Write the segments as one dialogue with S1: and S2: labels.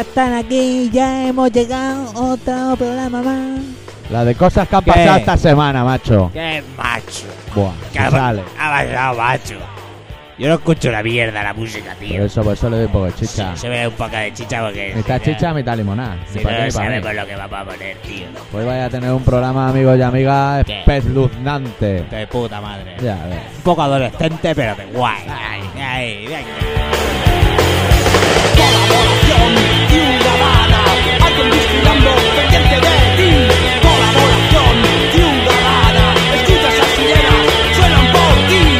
S1: están aquí, ya hemos llegado otro programa más.
S2: La de cosas que han
S3: ¿Qué?
S2: pasado esta semana, macho.
S3: ¡Qué macho!
S2: Buah,
S3: ¿Qué ha,
S2: no sale.
S3: ha pasado, macho? Yo no escucho la mierda la música,
S2: Por
S3: tío.
S2: eso, por eso le doy un poco de chicha.
S3: Se me da un poco de chicha porque...
S2: Mitad
S3: si no-
S2: chicha, mitad limonada. Ni
S3: Si
S2: pa' qué,
S3: no
S2: ni pa' mí.
S3: sabemos lo que vamos a poner, tío.
S2: Hoy vaya a tener un programa, amigos y amigas,
S3: ¿Qué?
S2: espeluznante.
S3: De puta madre.
S2: Ya, a ver.
S3: Un poco adolescente, pero que guay. Ay, ay, ay.
S4: Colaboración ciudadana, alguien vigilando, pendiente de ti. Colaboración ciudadana, escucha esas sirenas, suenan por ti.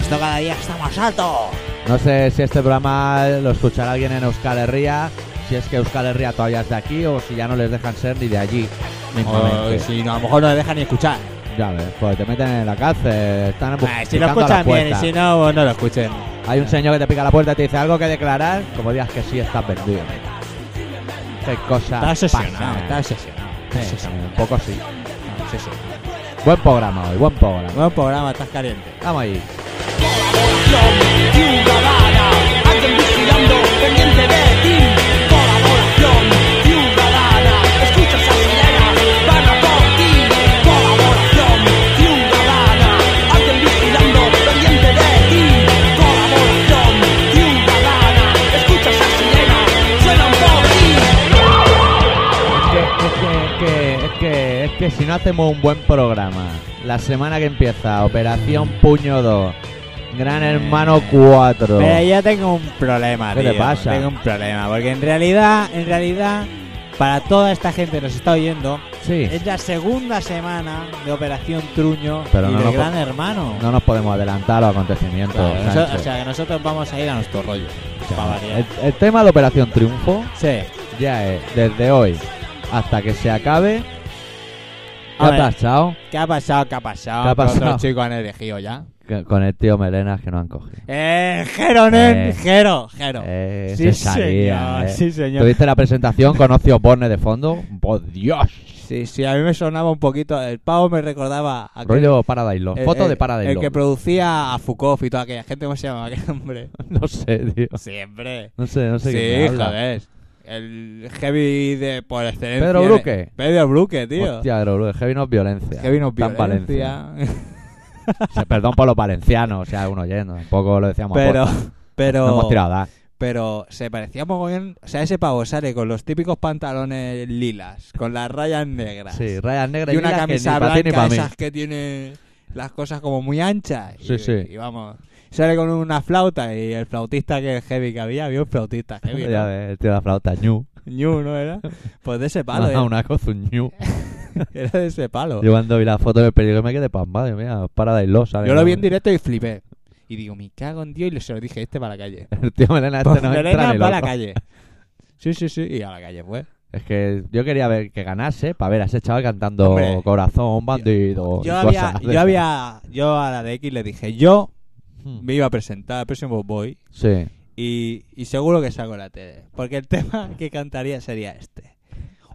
S3: Esto cada día está más alto.
S2: No sé si este programa lo escuchará alguien en Euskal Herria, si es que Euskal Herria todavía es de aquí o si ya no les dejan ser ni de allí. mismamente.
S3: O si no, a lo mejor no le dejan ni escuchar.
S2: Ya ves, pues te meten en la cárcel, están bu-
S3: Ah, si lo
S2: picando a la
S3: escuchan bien y
S2: puerta.
S3: si no, pues no lo escuchen.
S2: Hay un señor que te pica la puerta y te dice algo que declarar, como digas que sí, estás perdido. Qué
S3: Está
S2: cosa
S3: obsesionado, está
S2: pasa.
S3: obsesionado.
S2: Sí,
S3: Está obsesionado.
S2: un poco sí.
S3: Está obsesionado.
S2: Buen programa hoy, buen programa.
S3: Buen programa, estás caliente.
S2: Vamos ahí.
S4: Colaboración ciudadana, alguien vigilando, pendiente de ti. Colaboración ciudadana, escucha esas sirenas, van a por ti. Colaboración ciudadana, alguien vigilando, pendiente de ti. Colaboración ciudadana, escucha esas sirenas, suenan por ti.
S2: Es que, es que, es que, es que, es que si no hacemos un buen programa, la semana que empieza, Operación Puño 2, Gran Hermano 4.
S3: Pero yo tengo un problema,
S2: ¿Qué
S3: tío.
S2: te pasa?
S3: Tengo un problema, porque en realidad, en realidad, para toda esta gente que nos está oyendo,
S2: Sí,
S3: es la segunda semana de Operación Truño
S2: Pero
S3: y
S2: no
S3: de
S2: lo
S3: Gran Hermano.
S2: no nos podemos adelantar a los acontecimientos.
S3: Claro, noso- o
S2: Sánchez.
S3: sea, que nosotros vamos a ir a nuestro rollo. para variar.
S2: el, el tema de Operación Triunfo
S3: Sí.
S2: ya es desde hoy hasta que se acabe. ¿Qué
S3: A
S2: ha
S3: ver.
S2: pasado
S3: ¿Qué ha pasado? ¿Qué ha pasado?
S2: ¿Qué ha
S3: ¿Qué
S2: pasado?
S3: Otros chicos han elegido ya.
S2: que- con el tío Melenas que no han cogido?
S3: Eh, Jero, nen,
S2: Eh.
S3: Jero, Jero.
S2: Eh,
S3: sí,
S2: se salía,
S3: señor,
S2: eh.
S3: sí, señor.
S2: ¿Tuviste la presentación con Ocio Borne de fondo? ¡Por Dios!
S3: Sí, sí, a mí me sonaba un poquito. El pavo me recordaba a aquel-
S2: Rollo Paradise Lost.
S3: el-
S2: Foto
S3: el-
S2: de Paradise
S3: Eh, El que
S2: Lost.
S3: producía a Foucault y toda aquella gente, ¿cómo se llamaba aquel hombre?
S2: No sé, tío.
S3: Siempre.
S2: No sé, no sé
S3: Sí,
S2: qué me habla.
S3: joder. El heavy de por excelencia.
S2: Pedro Bruque.
S3: Pedro Bruque, tío.
S2: Hostia, bro, bro, heavy no es violencia.
S3: heavy nos
S2: Está en Valencia.
S3: violencia.
S2: O sea, perdón por los valencianos, o sea, uno yendo. Tampoco lo decíamos.
S3: pero,
S2: aposta.
S3: pero,
S2: No hemos tirado a dar.
S3: pero se parecía mogollón. O sea, ese pavo sale con los típicos pantalones lilas, con las rayas negras.
S2: Sí, rayas negras
S3: y una
S2: lilas que
S3: camisa
S2: ni pa' ti
S3: blanca,
S2: ni pa' mí.
S3: esas que tiene las cosas como muy anchas. Y-
S2: Sí, sí.
S3: Y vamos. Sale con una flauta y el flautista que heavy que había, había un flautista heavy.
S2: Ya
S3: ¿no?
S2: ves, el tío de la flauta, ñu.
S3: Ñu, ¿no era? Pues de ese palo,
S2: Ah,
S3: era,
S2: una cosa, un ñu.
S3: era de ese palo.
S2: Yo cuando vi la foto del periódico me quedé pasmado. Mira, Paradise Lost. sale,
S3: Yo lo vi en
S2: ¿no?
S3: directo y flipé. Y digo, me cago en Dios y se lo dije, este para la calle.
S2: El tío Melena este
S3: Pues
S2: no
S3: Belén
S2: entra ni
S3: va a la
S2: loco.
S3: calle. Sí, sí, sí, y a la calle fue.
S2: Es que yo quería ver que ganase para ver a ese chaval cantando
S3: Hombre.
S2: Corazón, bandido.
S3: Yo
S2: y
S3: había,
S2: cosas de
S3: yo
S2: esas.
S3: había, yo a la de X le dije, yo
S2: Hmm.
S3: me iba a presentar al próximo Boy
S2: Sí.
S3: y, y seguro que saco la tele. Porque el tema que cantaría sería este.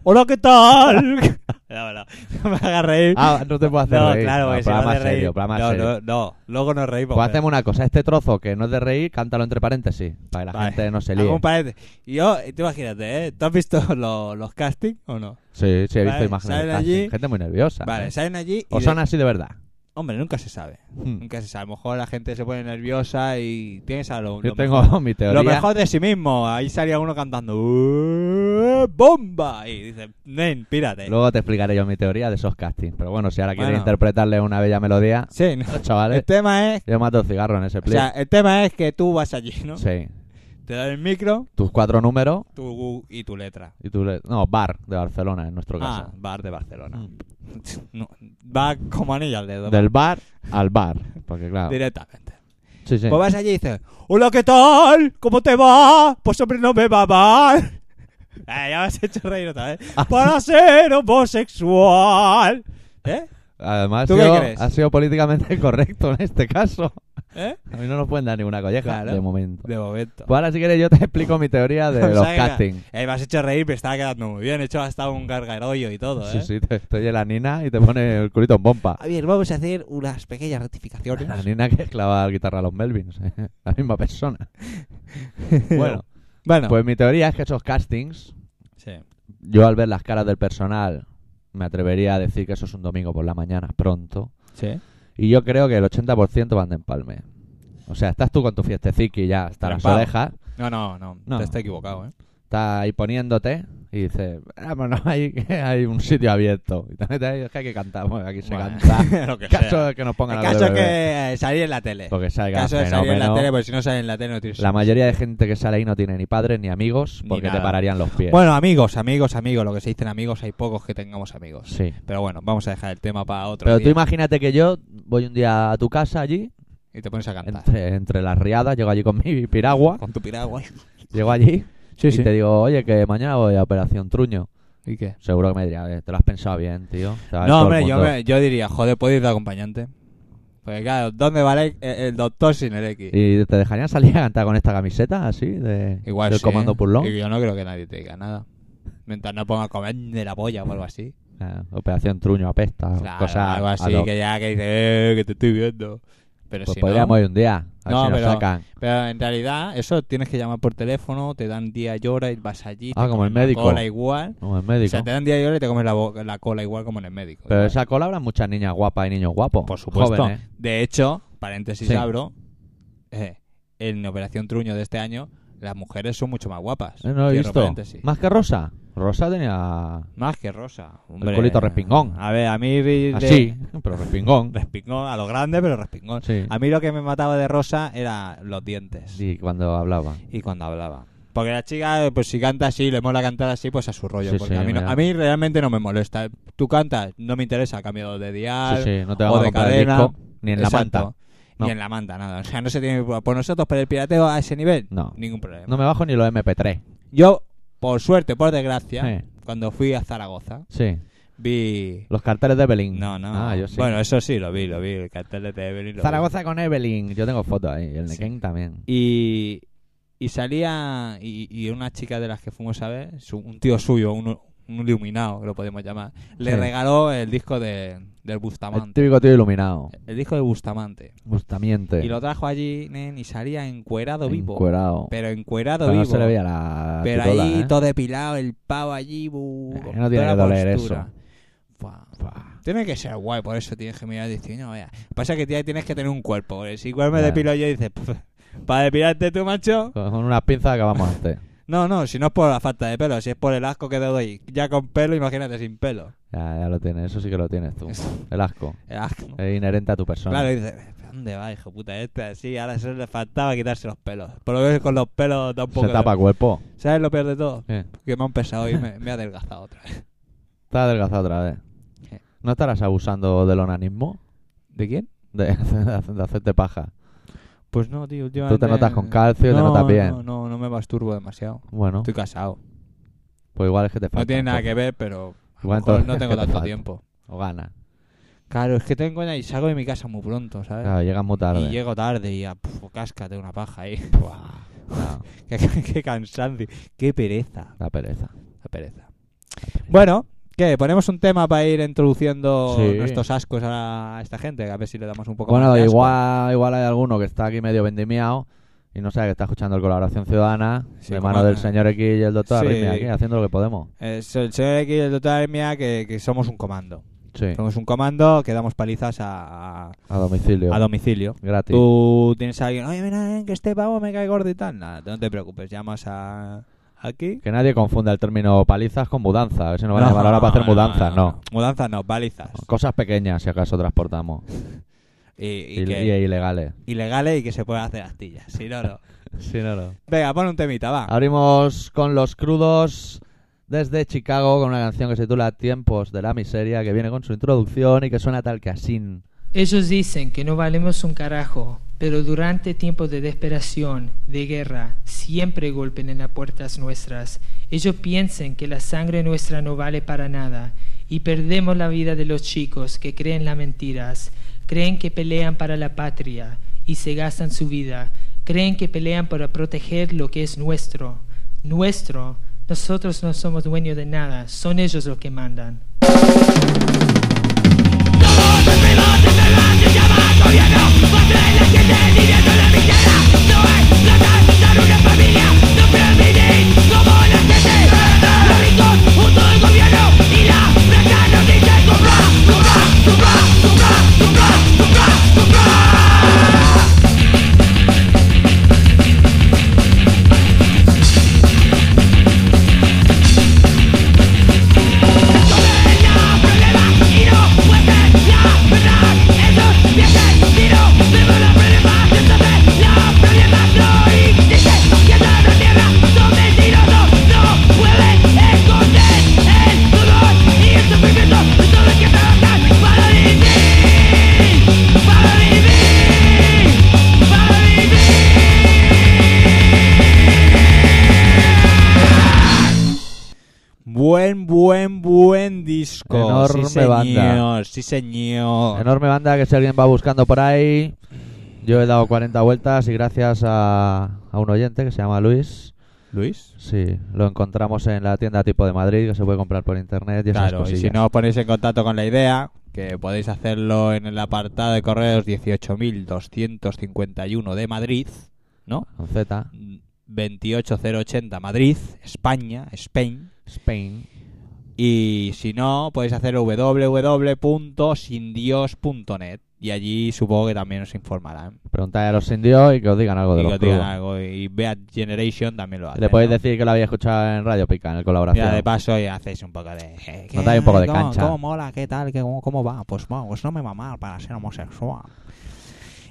S3: Hola, ¿qué tal? no, no, no me hagas reír.
S2: Ah, no te puedo hacer
S3: no,
S2: reír.
S3: claro,
S2: No,
S3: porque si
S2: programa
S3: no te reír.
S2: serio, programa
S3: no,
S2: serio.
S3: no, no, luego nos reímos.
S2: Pues hacemos una cosa, este trozo que no es de reír, cántalo entre paréntesis, para que la
S3: Vale.
S2: gente no se
S3: Hago
S2: líe.
S3: un paréntesis. Y yo, tú imagínate, ¿eh? ¿Tú has visto lo- los castings o no?
S2: Sí, sí, he visto
S3: Vale,
S2: imágenes de
S3: salen
S2: casting,
S3: allí.
S2: gente muy nerviosa.
S3: Vale,
S2: ¿eh?
S3: salen allí y
S2: O
S3: de-
S2: son así de verdad.
S3: Hombre, nunca se sabe.
S2: Hmm.
S3: Nunca se sabe. A lo mejor la gente se pone nerviosa y tienes a lo,
S2: Yo
S3: lo
S2: tengo
S3: mejor.
S2: mi
S3: Lo
S2: teoría.
S3: mejor de sí mismo. Ahí salía uno cantando "¡Eh, ¡Bomba! Y dice, nen, pírate.
S2: Luego te explicaré yo mi teoría de esos castings. Pero bueno, si ahora quieres
S3: Bueno.
S2: interpretarle una bella melodía,
S3: Sí, no.
S2: los chavales,
S3: El tema es...
S2: yo mato el cigarro en ese
S3: O
S2: play.
S3: sea, el tema es que tú vas allí, ¿no?
S2: Sí.
S3: Te dan el micro
S2: Tus cuatro números
S3: tu, y tu letra.
S2: y tú le... No, bar de Barcelona, en nuestro
S3: Ah,
S2: caso.
S3: bar de Barcelona.
S2: Mm.
S3: No, va como anillo al dedo.
S2: Del bar al bar. Porque claro.
S3: Directamente.
S2: Sí, sí.
S3: Pues vas allí y dices, hola, ¿qué tal? ¿Cómo te va? Pues hombre, no me va mal. Eh, ya me has hecho reír otra vez.
S2: Ah.
S3: Para ser homosexual. ¿Eh?
S2: Además,
S3: ¿Tú
S2: ha
S3: qué
S2: sido-
S3: crees?
S2: ha sido políticamente correcto en este caso.
S3: ¿Eh?
S2: A mí no nos pueden dar ninguna colleja
S3: Claro.
S2: de momento.
S3: De momento.
S2: Pues ahora, si quieres, yo te explico mi teoría
S3: O
S2: de
S3: sea
S2: los
S3: que-
S2: castings.
S3: Eh, me has hecho reír, me estaba quedando muy bien. He hecho hasta un gargarollo y todo,
S2: Sí,
S3: ¿eh?
S2: sí, te, te oye la nina y te pone el culito en pompa.
S3: A ver, vamos a hacer unas pequeñas rectificaciones.
S2: ¿eh? La nina que clava guitarra a los Melvins. La misma persona. Bueno,
S3: Bueno,
S2: Pues mi teoría es que esos castings,
S3: sí.
S2: yo al ver las caras del personal, me atrevería a decir que eso es un domingo por la mañana, pronto.
S3: sí.
S2: Y yo creo que el 80% van de empalme. O sea, estás tú con tu fiesteciqui ya hasta las
S3: Trepao.
S2: orejas,
S3: No, no, no,
S2: No.
S3: Te está equivocado, ¿eh?
S2: estás ahí poniéndote y dices, vámonos ahí que hay un sitio abierto. Y te metes ahí, es que hay que cantar, bueno, aquí se
S3: Bueno,
S2: canta.
S3: lo que sea.
S2: Caso de que nos pongan
S3: El
S2: algo de
S3: caso es
S2: beber.
S3: que eh, salir en la tele.
S2: Porque salga
S3: caso de salir en la
S2: fenómeno.
S3: tele, porque si no sale en la tele no tienes.
S2: La mayoría de gente que sale ahí no tiene ni padres ni amigos
S3: Ni
S2: porque te
S3: nada.
S2: pararían los pies.
S3: Bueno, amigos, amigos, amigos. Lo que se dicen amigos, hay pocos que tengamos amigos.
S2: sí.
S3: Pero bueno, vamos a dejar el tema para otro
S2: Pero tú
S3: día.
S2: imagínate que yo voy un día a tu casa allí,
S3: y te pones a cantar.
S2: entre, entre las riadas, llego allí con mi piragua,
S3: Con tu piragua.
S2: llego allí
S3: Sí,
S2: y te digo, oye, que mañana voy a Operación Truño.
S3: ¿Y qué?
S2: Seguro que me diría, "Eh, te lo has pensado bien, tío. Te va a ver
S3: No,
S2: todo el
S3: hombre, yo,
S2: mundo".
S3: me- yo diría, joder, puedo ir de acompañante. Porque claro, ¿dónde vale el, el doctor sin el X?
S2: ¿Y te dejarían salir a cantar con esta camiseta así? De,
S3: Igual
S2: del
S3: sí. ¿eh?
S2: comando Purlón.
S3: Y yo no creo que nadie te diga nada. Mientras no ponga a comer de la polla o algo así.
S2: Ah, Operación Truño apesta.
S3: Claro,
S2: cosas
S3: algo
S2: ad
S3: así
S2: hoc.
S3: que ya que dices, eh, que te estoy viendo. Pero
S2: Pues
S3: si no-
S2: podríamos ir un día, a ver
S3: No,
S2: si nos
S3: pero-
S2: sacan.
S3: Pero en realidad, eso tienes que llamar por teléfono, te dan día y hora y vas allí.
S2: Ah,
S3: te
S2: como el
S3: comen la
S2: médico.
S3: Cola igual.
S2: Como el
S3: O
S2: médico.
S3: sea, te dan día y hora y te comes la, bo- la cola igual como en el médico.
S2: Pero
S3: Igual.
S2: esa cola habrá muchas niñas guapas y niños guapos.
S3: Por supuesto.
S2: Jóvenes.
S3: De hecho, paréntesis
S2: Sí.
S3: abro, eh, en Operación Truño de este año, las mujeres son mucho más guapas.
S2: Eh, No lo he
S3: Cierro
S2: visto.
S3: paréntesis.
S2: Más que Rosa. Rosa tenía
S3: Más que Rosa. Hombre.
S2: culito respingón. Ah,
S3: A ver, a mí... de-
S2: así, pero respingón.
S3: Respingón, a lo grande, pero respingón.
S2: Sí.
S3: A mí lo que me mataba de Rosa era los dientes.
S2: Sí, cuando hablaba.
S3: Y cuando hablaba. Porque la chica, eh, pues si canta así, le mola cantar así, pues a su rollo.
S2: Sí,
S3: porque
S2: sí,
S3: a, mí no-
S2: mira.
S3: a mí realmente no me molesta. Tú cantas, no me interesa, cambio de dial
S2: Sí, sí, no te
S3: Ah, o
S2: vamos a
S3: de
S2: comprar
S3: cadena.
S2: el disco ni en la
S3: Exacto.
S2: manta. No.
S3: Ni en la manta, nada. O sea, no se tiene. Por nosotros, por el pirateo a ese nivel,
S2: No.
S3: ningún problema.
S2: No me bajo ni los MP3.
S3: Yo, por suerte, por desgracia,
S2: Sí.
S3: cuando fui a Zaragoza,
S2: Sí.
S3: vi.
S2: Los carteles de Evelyn.
S3: No, no.
S2: Ah, yo sí.
S3: Bueno, eso sí, lo vi, lo vi. El cartel de Evelyn. lo vi.
S2: Zaragoza con Evelyn. Yo tengo fotos ahí. El
S3: Sí.
S2: Nequén también.
S3: Y, y salía. Y, y una chica de las que fuimos a ver, su- un tío suyo, un, un iluminado, que lo podemos llamar, le
S2: Sí.
S3: regaló el disco de, del
S2: El
S3: Bustamante.
S2: típico tío iluminado.
S3: El disco de Bustamante.
S2: Justamente.
S3: Y lo trajo allí, nen, y salía encuerado vivo.
S2: Encuerado.
S3: Pero encuerado
S2: Pero no
S3: vivo.
S2: se le veía la
S3: Pero
S2: titola,
S3: ahí
S2: ¿eh?
S3: todo depilado, el pavo allí. bu-
S2: Eh,
S3: con
S2: no
S3: toda
S2: tiene que
S3: la
S2: doler
S3: postura. Buah.
S2: Buah.
S3: Tiene que ser guay, por eso tienes que mirar distinto. Vaya. Pasa que tía, tienes que tener un cuerpo. porque Si igual me
S2: Ya.
S3: depilo yo y dices, para depilarte tú, macho.
S2: Con unas pinzas acabamos antes.
S3: No, no, si no es por la falta de pelo, si es por el asco que te doy. Ya con pelo, imagínate sin pelo.
S2: Ya, ya lo tienes. Eso sí que lo tienes tú. El asco.
S3: El asco.
S2: Es inherente a tu persona.
S3: Claro, y dices, "¿Pero ¿dónde va, hijo puta? Este así, ahora solo le faltaba quitarse los pelos. Por lo menos con los pelos tampoco.
S2: se tapa cuerpo.
S3: ¿Sabes lo peor de todo?
S2: Eh,
S3: Que me han pesado y me, me ha adelgazado otra vez.
S2: Está adelgazado otra vez.
S3: Eh.
S2: ¿No estarás abusando del onanismo?
S3: ¿De quién?
S2: De, de hacerte paja.
S3: Pues no, tío, últimamente.
S2: Tú te notas con calcio y te
S3: No,
S2: notas bien.
S3: No, no, no me masturbo demasiado.
S2: Bueno,
S3: Estoy casado.
S2: pues igual es que te falta.
S3: No tiene
S2: un
S3: nada
S2: poco.
S3: que ver, pero a lo mejor
S2: Igual entonces
S3: no
S2: es
S3: tengo
S2: que te
S3: tanto
S2: falta.
S3: tiempo.
S2: O gana.
S3: Claro, es que tengo y salgo de mi casa muy pronto, ¿sabes?
S2: Claro, llegas muy tarde.
S3: Y llego tarde y a puf, cáscate una paja ahí.
S2: Buah, no,
S3: qué, qué cansancio, qué pereza,
S2: la pereza.
S3: la pereza. Bueno, ¿qué? Ponemos un tema para ir introduciendo
S2: Sí.
S3: nuestros ascos a esta gente, a ver si le damos un poco más
S2: Bueno,
S3: de asco.
S2: igual, igual hay alguno que está aquí medio vendimiado y no sabe que está escuchando el Colaboración Ciudadana
S3: Sí,
S2: de
S3: como
S2: mano del
S3: Ana.
S2: señor X y el doctor
S3: Sí.
S2: Arritmia aquí haciendo lo que podemos.
S3: Eh, so- el señor aquí, el doctor Armia, que, que somos un comando.
S2: Sí,
S3: Somos un comando que damos palizas a, a-
S2: a domicilio.
S3: a domicilio.
S2: Gratis.
S3: Tú tienes a alguien, oye, mira, eh, que este pavo me cae gordo y tal. Nada, no te preocupes, llamas a aquí.
S2: Que nadie confunda el término palizas con mudanza. A ver si nos van a llamar ahora para hacer mudanzas. No.
S3: Mudanzas no, palizas.
S2: Cosas pequeñas, si acaso transportamos.
S3: Y,
S2: Y,
S3: y
S2: y-
S3: que-
S2: ilegales.
S3: ilegales y que se puedan hacer astillas. Si no, no.
S2: Sí, no, no.
S3: Venga, pon un temita,
S2: Ah.
S3: va.
S2: Abrimos con los crudos desde Chicago con una canción que se titula Tiempos de la Miseria, que viene con su introducción y que suena tal que así.
S5: Ellos dicen que no valemos un carajo, pero durante tiempos de desesperación, de guerra, siempre golpen en las puertas nuestras. Ellos piensan que la sangre nuestra no vale para nada y perdemos la vida de los chicos que creen las mentiras, creen que pelean para la patria y se gastan su vida, creen que pelean para proteger lo que es nuestro, nuestro. Nosotros no somos dueños de nada, son ellos los que mandan.
S6: No es tratar de dar una familia, no permite
S3: Molusco.
S2: Enorme
S3: sí, señor,
S2: banda.
S3: Sí, señor.
S2: Enorme banda que si alguien va buscando por ahí. Yo he dado 40 vueltas y gracias a, a un oyente que se llama Luis.
S3: ¿Luis?
S2: Sí, lo encontramos en la tienda tipo de Madrid que se puede comprar por internet. Y esas
S3: Claro, y si
S2: cosillas.
S3: no os ponéis en contacto con la idea, que podéis hacerlo en el apartado de correos 18.251 de Madrid, ¿no?
S2: Con Z,
S3: 28080 Madrid, España, Spain.
S2: Spain.
S3: Y si no, podéis hacer www.sindios.net. Y allí supongo que también os informarán.
S2: Preguntad a los indios y que os digan algo de
S3: y que
S2: los
S3: os digan
S2: clubes.
S3: algo. Y Beat Generation también lo hace.
S2: Le podéis
S3: ¿no?
S2: decir que lo había escuchado en Radio Pica, en el colaboración.
S3: Mira, de paso y hacéis un poco de... eh, ¿qué?
S2: Nos dais un poco de
S3: ¿Cómo-
S2: cancha.
S3: ¿Cómo mola? ¿Qué tal? ¿Qué, cómo, cómo va? Pues vamos, no me va mal para ser homosexual.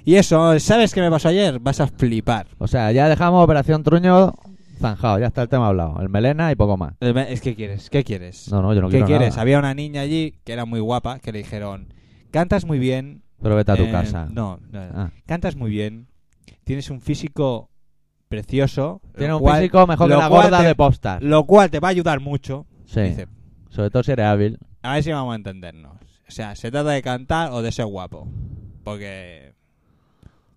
S3: Y eso, ¿sabes qué me pasó ayer? Vas a flipar.
S2: O sea, ya dejamos Operación Truño zanjado, ya está el tema hablado. El melena y poco más.
S3: Es que quieres, ¿qué quieres?
S2: No, no, yo no
S3: ¿Qué
S2: quiero
S3: quieres?
S2: nada.
S3: Había una niña allí que era muy guapa, que le dijeron, cantas muy bien.
S2: Pero vete a tu
S3: eh,
S2: casa.
S3: No, no, no.
S2: Ah.
S3: cantas muy bien, tienes un físico precioso.
S2: Tiene
S3: lo
S2: un
S3: cual-
S2: físico mejor que
S3: lo
S2: la
S3: cual
S2: gorda
S3: te-
S2: de postas.
S3: Lo cual te va a ayudar mucho.
S2: Sí.
S3: Dice,
S2: Sobre todo si eres hábil.
S3: A ver si vamos a entendernos. O sea, ¿se trata de cantar o de ser guapo? Porque.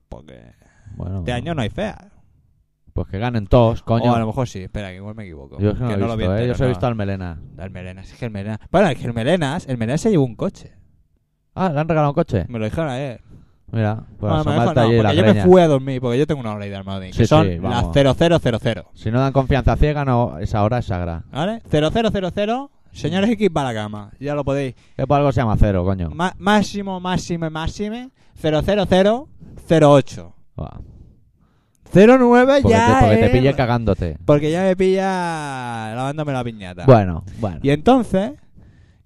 S3: Porque.
S2: Bueno,
S3: Este año no hay fea.
S2: Pues que ganen todos,
S3: O a lo
S2: coño.
S3: mejor sí, espera, que igual me equivoco.
S2: Yo es que no,
S3: Que
S2: lo he
S3: lo vi
S2: visto, ¿eh?
S3: entero,
S2: Yo solo he
S3: no.
S2: visto al melena.
S3: Al Melenas, es que el Melenas. Bueno, es que el Melenas, el Melenas se llevó un coche.
S2: Ah, le han regalado un coche.
S3: Me lo dijeron ayer.
S2: Mira, pues
S3: Bueno, me dijo,
S2: asomarte
S3: no,
S2: allí la
S3: porque yo me
S2: greña.
S3: fui a dormir, porque yo tengo una hora y de Almadín,
S2: Sí,
S3: que son
S2: sí,
S3: las
S2: vamos.
S3: 0000.
S2: Si no dan confianza ciega, no, esa hora es sagrada.
S3: ¿Vale? 0000, señores X para la cama. Ya lo podéis.
S2: Que por algo se llama cero, coño.
S3: Ma- máximo, máximo, máximo. 00008.
S2: Buah.
S3: 09
S2: Porque,
S3: ya eh.
S2: te, porque te
S3: es-
S2: pille cagándote.
S3: Porque ya me pilla lavándome la piñata.
S2: Bueno, bueno.
S3: Y entonces,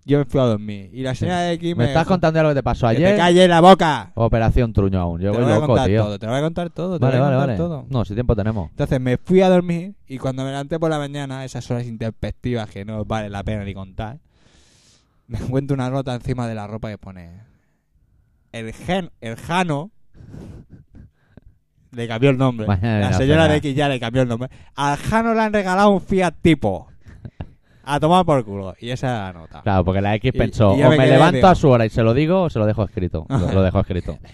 S3: yo me fui a dormir. Y la señora de X
S2: ¿Me estás contando ya lo que te pasó
S3: ¡Que te
S2: ayer?
S3: calles la boca!
S2: Operación Truño aún. Yo
S3: te
S2: voy
S3: voy a
S2: loco,
S3: contar
S2: tío.
S3: todo, te lo voy a contar todo, te
S2: Vale,
S3: voy a
S2: vale,
S3: contar
S2: vale.
S3: todo.
S2: No, si tiempo tenemos.
S3: Entonces me fui a dormir y cuando me levanté por la mañana, esas horas introspectivas que no vale la pena ni contar, me encuentro una nota encima de la ropa que pone el, gen, el Jano le cambió el nombre.
S2: Mañana
S3: la
S2: no
S3: señora
S2: será.
S3: de X ya le cambió el nombre. Al Jano le han regalado un Fiat tipo. A tomar por culo. Y esa era la nota.
S2: Claro, porque la X
S3: Y-
S2: pensó,
S3: y ya
S2: o
S3: me
S2: me,
S3: quedé,
S2: levanto
S3: digo.
S2: a su hora y se lo digo o se lo dejo escrito. Lo, lo dejo escrito.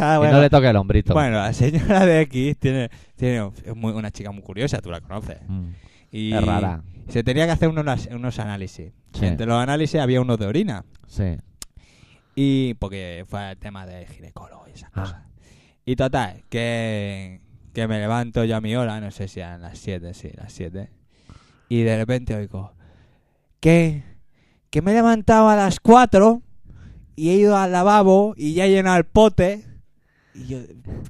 S3: Ah,
S2: Y
S3: bueno.
S2: no le toque el hombrito.
S3: Bueno, la señora de X tiene, tiene un- es muy- una chica muy curiosa, tú la conoces.
S2: Mm,
S3: Y
S2: Es rara.
S3: Se tenía que hacer unos, unos análisis.
S2: Sí.
S3: Entre los análisis había unos de orina.
S2: Sí.
S3: Y porque fue el tema del ginecólogo y esas
S2: Ah.
S3: cosas. Y total, que, que me levanto yo a mi hora, no sé si eran las 7, sí, las 7. Y de repente oigo, que, que me he levantado a las 4 y he ido al lavabo y ya he llenado el pote. Y yo,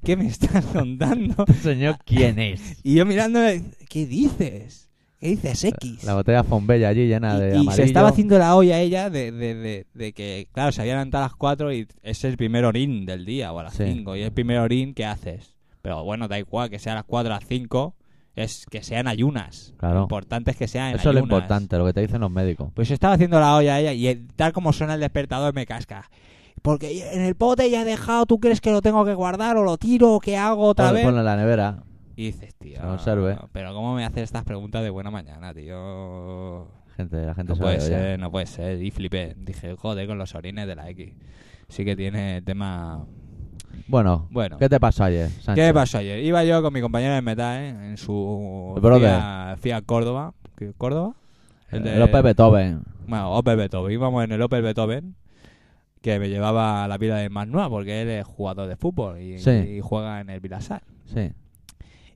S3: ¿qué me estás contando?
S2: Este Señor, ¿quién es?
S3: Y yo mirándole, ¿qué dices? ¿Qué dices, X?
S2: La botella Fombella allí llena
S3: Y-
S2: de
S3: y,
S2: amarillo.
S3: se estaba haciendo la olla ella de, de- de- de que, claro, se habían levantado a las 4 y es el primer orín del día o a las
S2: Sí.
S3: 5. Y el primer orín que haces. Pero bueno, da igual que sea a las 4 o a las 5, es que sean ayunas. Lo
S2: Claro.
S3: importante es que sean
S2: Eso es lo
S3: ayunas.
S2: importante, lo que te dicen los médicos.
S3: Pues estaba haciendo la olla ella y eh, tal como suena el despertador me casca. Porque en el pote ya he dejado, ¿tú crees que lo tengo que guardar o lo tiro o qué hago otra
S2: Ponlo-
S3: vez?
S2: ponlo en la nevera.
S3: Y dices, tío,
S2: Se conserve.
S3: pero ¿cómo me haces estas preguntas de buena mañana, tío?
S2: Gente, la gente
S3: No
S2: se
S3: puede
S2: oye,
S3: ser, no puede ser. Y flipé. Dije, joder, con los orines de la X. Sí que tiene tema...
S2: oye. Bueno,
S3: Bueno.
S2: ¿qué te pasó ayer, Sancho?
S3: ¿Qué pasó ayer? Iba yo con mi compañero de metal, ¿eh? En su...
S2: Brother. Eh,
S3: Fiat- Fiat Córdoba. ¿Qué- ¿Córdoba? El de-
S2: El López Beethoven.
S3: Bueno, Opel Beethoven. Íbamos en el Opel Beethoven, que me llevaba a la vida de Manuel, porque él es jugador de fútbol y,
S2: Sí.
S3: y juega en el Vilasar.
S2: Sí.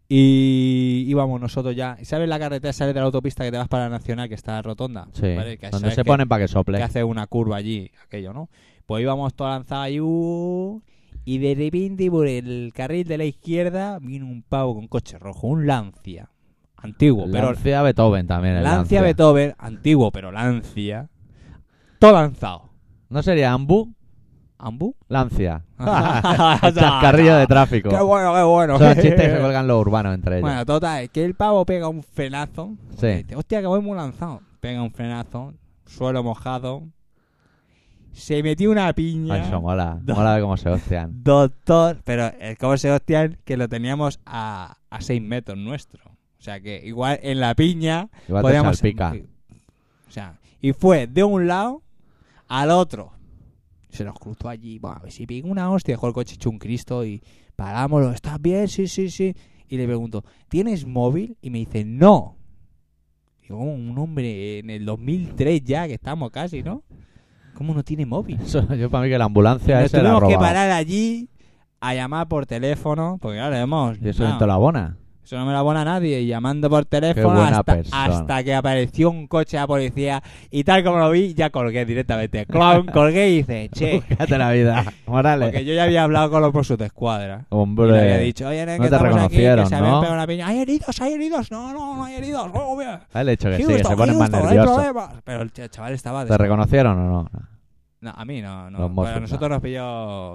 S3: Y íbamos nosotros ya... ¿Y ¿Sabes la carretera? ¿Sales de la autopista que te vas para la Nacional, que está rotonda?
S2: Sí.
S3: ¿Vale? Que
S2: Donde
S3: sabes
S2: se
S3: que-
S2: ponen para que sople.
S3: que hace una curva allí, aquello, ¿no? Pues íbamos toda lanzada y, uh, y de repente por el carril de la izquierda vino un pavo con coche rojo, un Lancia, antiguo, pero
S2: Lancia Beethoven también. el
S3: Lancia, Beethoven, antiguo, pero Lancia, todo lanzado.
S2: ¿No sería Ambu?
S3: ¿Ambu?
S2: Lancia.
S3: El
S2: Chascarrillo de tráfico.
S3: ¡Qué bueno, qué bueno!
S2: Son chistes que se colgan los urbanos entre ellos.
S3: Bueno, total, es que el pavo pega un frenazo.
S2: Sí.
S3: Y dice, hostia, que voy muy lanzado. Pega un frenazo, suelo mojado. Se metió una piña.
S2: Ay, eso mola.
S3: No.
S2: Mola ver cómo se hostian.
S3: Doctor, pero el cómo se hostian que lo teníamos a, a 6 metros nuestro. O sea que igual en la piña
S2: Igual te
S3: podíamos. eh,
S2: salpica.
S3: O sea, Y fue de un lado al otro. Se nos cruzó allí. Bueno, a ver si pegó una hostia. Dejó el coche hecho un Cristo y parámoslo. ¿Estás bien? Sí, sí, sí. Y le pregunto, ¿tienes móvil? Y me dice, no. Digo, "¿Cómo un hombre en el 2003 ya, que estamos casi, ¿no? ¿Cómo no tiene móvil?
S2: Eso, yo para mí que la ambulancia
S3: Nos
S2: esa la ha
S3: tuvimos que
S2: robado.
S3: parar allí a llamar por teléfono, porque claro, hemos...
S2: Y eso
S3: no,
S2: en Tolabona.
S3: eso no me lo abona nadie, y llamando por teléfono
S2: buena
S3: hasta,
S2: persona.
S3: hasta que apareció un coche de la policía y tal como lo vi, ya colgué directamente. Clon, colgué y dice, che,
S2: Fíjate la vida. Morales.
S3: porque yo ya había hablado con los Mossos de escuadra.
S2: Hombre.
S3: Y le había dicho, oye, nen,
S2: no
S3: que
S2: te
S3: estamos aquí, que
S2: reconocieron,
S3: se habían
S2: ¿no?
S3: pegado una piña. Hay heridos, hay heridos. No, no, no hay heridos. Oh, mira.
S2: El hecho que sí, que
S3: Houston,
S2: se ponen más
S3: Houston, hay
S2: nerviosos.
S3: problemas. Pero el ch- chaval estaba...
S2: ¿Te reconocieron o no?
S3: No, a mí no, no.
S2: Los
S3: Pero
S2: Mossos,
S3: a nosotros nos pilló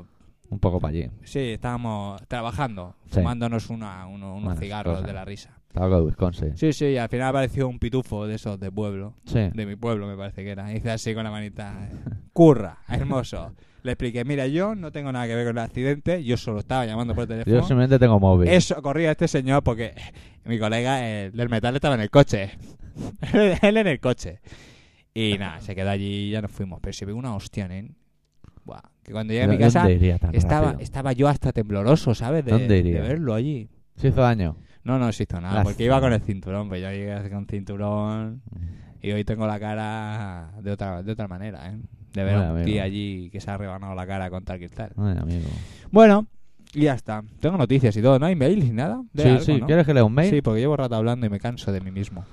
S2: Un poco para allí.
S3: Sí, estábamos trabajando,
S2: Sí.
S3: fumándonos una, uno- unos
S2: Buenas
S3: cigarros
S2: cosas.
S3: de la risa.
S2: Estaba con Wisconsin.
S3: Sí, sí, y al final apareció un pitufo de esos de pueblo,
S2: Sí.
S3: de mi pueblo me parece que era. Hice así con la manita, curra, hermoso. Le expliqué, mira, yo no tengo nada que ver con el accidente, yo solo estaba llamando por
S2: Yo
S3: teléfono.
S2: simplemente tengo móvil.
S3: Eso corría este señor porque mi colega el del metal estaba en el coche. Él en el coche. Y nada, se quedó allí y ya nos fuimos. Pero se pegó una hostia, ¿eh? Buah, que cuando llegué a mi
S2: ¿Dónde
S3: casa
S2: iría tan
S3: estaba,
S2: rápido?
S3: estaba yo hasta tembloroso, ¿sabes? De,
S2: ¿Dónde
S3: de
S2: iría? Ah,
S3: verlo allí.
S2: ¿Se hizo daño?
S3: No, no se hizo nada,
S2: La
S3: porque iba
S2: zona.
S3: con el cinturón, pues yo llegué con cinturón
S2: Mm.
S3: y hoy tengo la cara de otra, de otra manera, ¿eh? De ver
S2: Bueno,
S3: a un
S2: amigo.
S3: tío allí que se ha rebanado la cara con tal cristal.
S2: Ay, amigo.
S3: Bueno, y ya está. Tengo noticias y todo, ¿no? ¿Hay mail ni nada? De
S2: Sí,
S3: algo,
S2: sí.
S3: ¿no?
S2: ¿Quieres que lea un mail?
S3: Sí, porque llevo rato hablando y me canso de mí mismo.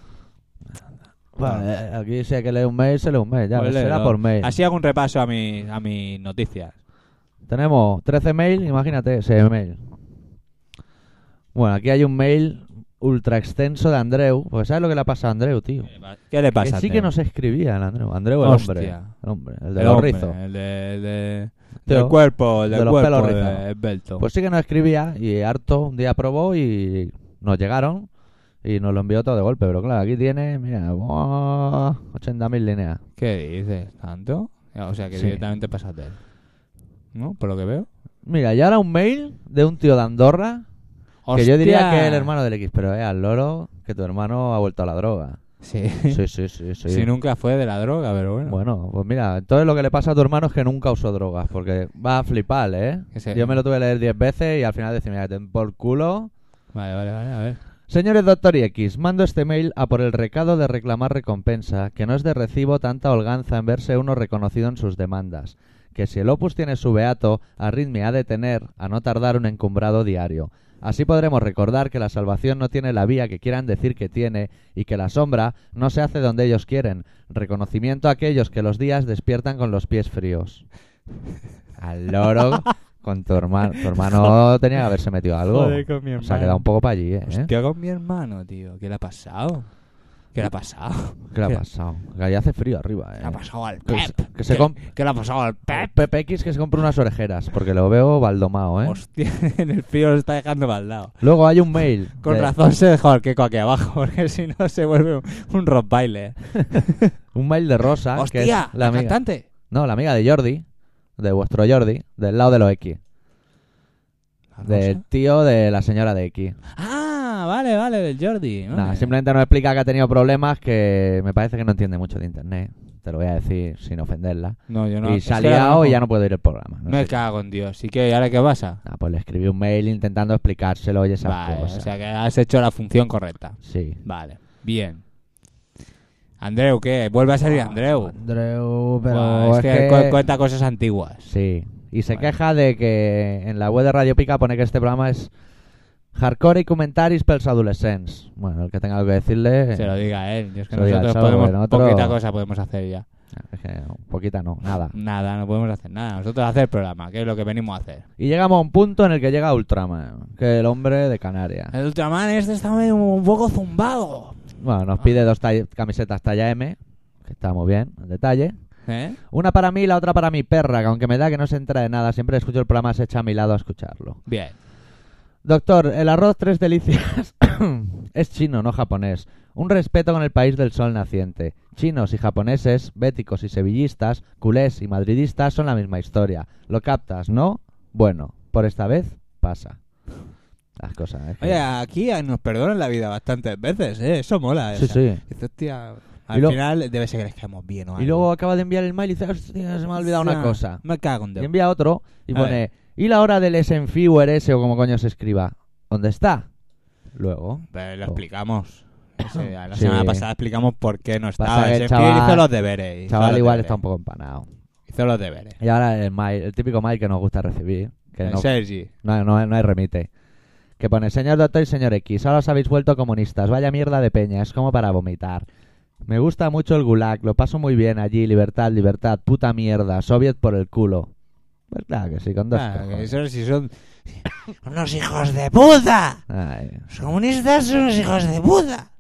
S2: Bueno, eh, aquí si hay que leer un mail, se lee un mail. Ya,
S3: Pues
S2: será
S3: léelo.
S2: por mail.
S3: Así hago un repaso a mis a mis noticias.
S2: Tenemos 13 mail, imagínate, ese mail. Bueno, aquí hay un mail ultra extenso de Andreu. Porque ¿sabes lo que le ha pasado a Andreu, tío?
S3: ¿Qué le
S2: Que
S3: pasa?
S2: sí
S3: tío?
S2: que nos escribía el Andreu. Andreu el
S3: Hostia.
S2: hombre. El hombre, el de
S3: El
S2: los
S3: hombre, eh.
S2: rizos.
S3: El de- el de-
S2: Tío,
S3: del cuerpo, el
S2: de
S3: del
S2: los
S3: cuerpo
S2: pelos rizos.
S3: de- esbelto.
S2: Pues sí que nos escribía y harto un día probó y nos llegaron y nos lo envió todo de golpe. Pero claro, aquí tiene, mira, buah, 80.000 líneas.
S3: ¿Qué dices? ¿Tanto? O sea, que
S2: Sí.
S3: directamente pasas de él. ¿No? Por lo que veo.
S2: Mira, y ahora un mail de un tío de Andorra que yo diría que es el hermano del X, pero es al loro que tu hermano ha vuelto a la droga.
S3: Sí.
S2: Sí, sí, sí, sí.
S3: Si nunca fue de la droga, pero bueno.
S2: Bueno, pues mira, entonces lo que le pasa a tu hermano es que nunca usó drogas, porque va a flipar, ¿eh?
S3: Ese-
S2: Yo me lo tuve que leer 10 veces y al final decía, mira, ten por culo.
S3: Vale, vale, vale. A ver.
S2: Señores Doctor X, mando este mail a por el recado de reclamar recompensa, que no es de recibo tanta holganza en verse uno reconocido en sus demandas, que si el opus tiene su beato, arritmia ha de tener, a no tardar un encumbrado diario. Así podremos recordar que la salvación no tiene la vía que quieran decir que tiene y que la sombra no se hace donde ellos quieren. Reconocimiento a aquellos que los días despiertan con los pies fríos. Al loro con tu hermano. Tu hermano tenía que haberse metido algo.
S3: Joder, con mi
S2: Se ha
S3: hermano.
S2: quedado un poco para allí, ¿eh?
S3: Hostia, con mi hermano, tío. ¿Qué le ha pasado? ¿Qué le ha pasado?
S2: ¿Qué le ha
S3: ¿Qué-
S2: pasado? Que ahí hace frío arriba,
S3: ¿Qué
S2: eh.
S3: le ha pasado al
S2: Que se-
S3: Pep?
S2: que se
S3: ¿Qué-
S2: com-
S3: ¿Qué le ha pasado al Pep?
S2: Pepe X que se compre unas orejeras, porque lo veo baldomado, ¿eh?
S3: Hostia, en el frío lo está dejando baldado.
S2: Luego hay un mail.
S3: Con
S2: de-
S3: razón se dejó al queco aquí abajo, porque si no se vuelve un- un rock baile.
S2: Un mail de Rosa, Ah, que
S3: ¡Hostia!
S2: es la amiga.
S3: cantante!
S2: No, la amiga de Jordi, de vuestro Jordi, del lado de los X. Del tío de la señora de X.
S3: Ah, vale, vale, del Jordi. ¿no?
S2: Nada, simplemente nos explica que ha tenido problemas que me parece que no entiende mucho de internet. Te lo voy a decir sin ofenderla.
S3: No, yo no.
S2: y se ha
S3: es que ahora
S2: liado y
S3: mismo-
S2: ya no puede ir el programa. No
S3: Me
S2: sé.
S3: cago en Dios. ¿Y qué? ¿Y ahora qué pasa?
S2: Ah, pues le escribí un mail intentando explicárselo y esas
S3: Vale,
S2: cosas.
S3: o sea que has hecho la función correcta.
S2: Sí.
S3: Vale, bien. Andreu, ¿qué? Vuelve a salir Andreu.
S2: Andreu, Ah, pero
S3: Buah, es que,
S2: es
S3: cu-
S2: que-
S3: cuenta cosas antiguas.
S2: Sí. Y se queja de que en la web de Radio Pica pone que este programa es hardcore y comentaris pels adolescents. Bueno, el que tenga algo que decirle... eh,
S3: Se lo diga a él. Yo es que
S2: Se lo diga
S3: nosotros
S2: al Chavo,
S3: podemos,
S2: que nosotros-
S3: poquita cosa podemos hacer ya.
S2: es que un poquito no, nada.
S3: Nada, no podemos hacer nada. Nosotros hacer programa, que es lo que venimos a hacer.
S2: Y llegamos a un punto en el que llega Ultraman, que es el hombre de Canarias.
S3: El Ultraman este está medio un poco zumbado.
S2: Bueno, nos pide dos tall- camisetas talla M, que está muy bien, en detalle.
S3: ¿Eh?
S2: Una para mí y la otra para mi perra, que aunque me da que no se entra de nada, siempre escucho el programa, se echa a mi lado a escucharlo.
S3: Bien.
S2: Doctor, el arroz tres delicias es chino, no japonés. Un respeto con el país del sol naciente. Chinos y japoneses, béticos y sevillistas, culés y madridistas son la misma historia. ¿Lo captas, no? Bueno, por esta vez pasa. Las cosas. es que-
S3: Oye, aquí nos perdonan la vida bastantes veces, ¿eh? Eso mola.
S2: sí,
S3: o sea.
S2: sí.
S3: Dice, hostia, Al
S2: Y lo-
S3: final debe ser que le caemos bien o algo.
S2: Y luego acaba de enviar el mail y dice, "Hostia, se me ha olvidado una
S3: Ah,
S2: cosa.
S3: Me cago en
S2: Y
S3: Dios.
S2: envía otro y
S3: A
S2: pone, ¿y la hora del SNFewer ese o como coño se escriba? ¿Dónde está? Luego.
S3: Pero lo explicamos. Ese- la
S2: Oh. Sí.
S3: semana pasada explicamos por qué no
S2: Pasa
S3: estaba.
S2: que el
S3: Ese
S2: chaval-
S3: pibe hizo los deberes. hizo
S2: chaval
S3: los
S2: igual
S3: deberes,
S2: está un poco empanado.
S3: Hizo los deberes.
S2: Y ahora el mail, el típico mail que nos gusta recibir, que no,
S3: Sergi.
S2: no, no- no hay remite. Que pone, señor doctor y señor X, ahora os habéis vuelto comunistas, vaya mierda de peña, es como para vomitar. Me gusta mucho el gulag, lo paso muy bien allí, libertad, libertad, puta mierda, soviet por el culo. Pues claro que sí, con dos
S3: Ah,
S2: cojones.
S3: esos sí son unos hijos de puta.
S2: Ay.
S3: Los comunistas son unos hijos de puta.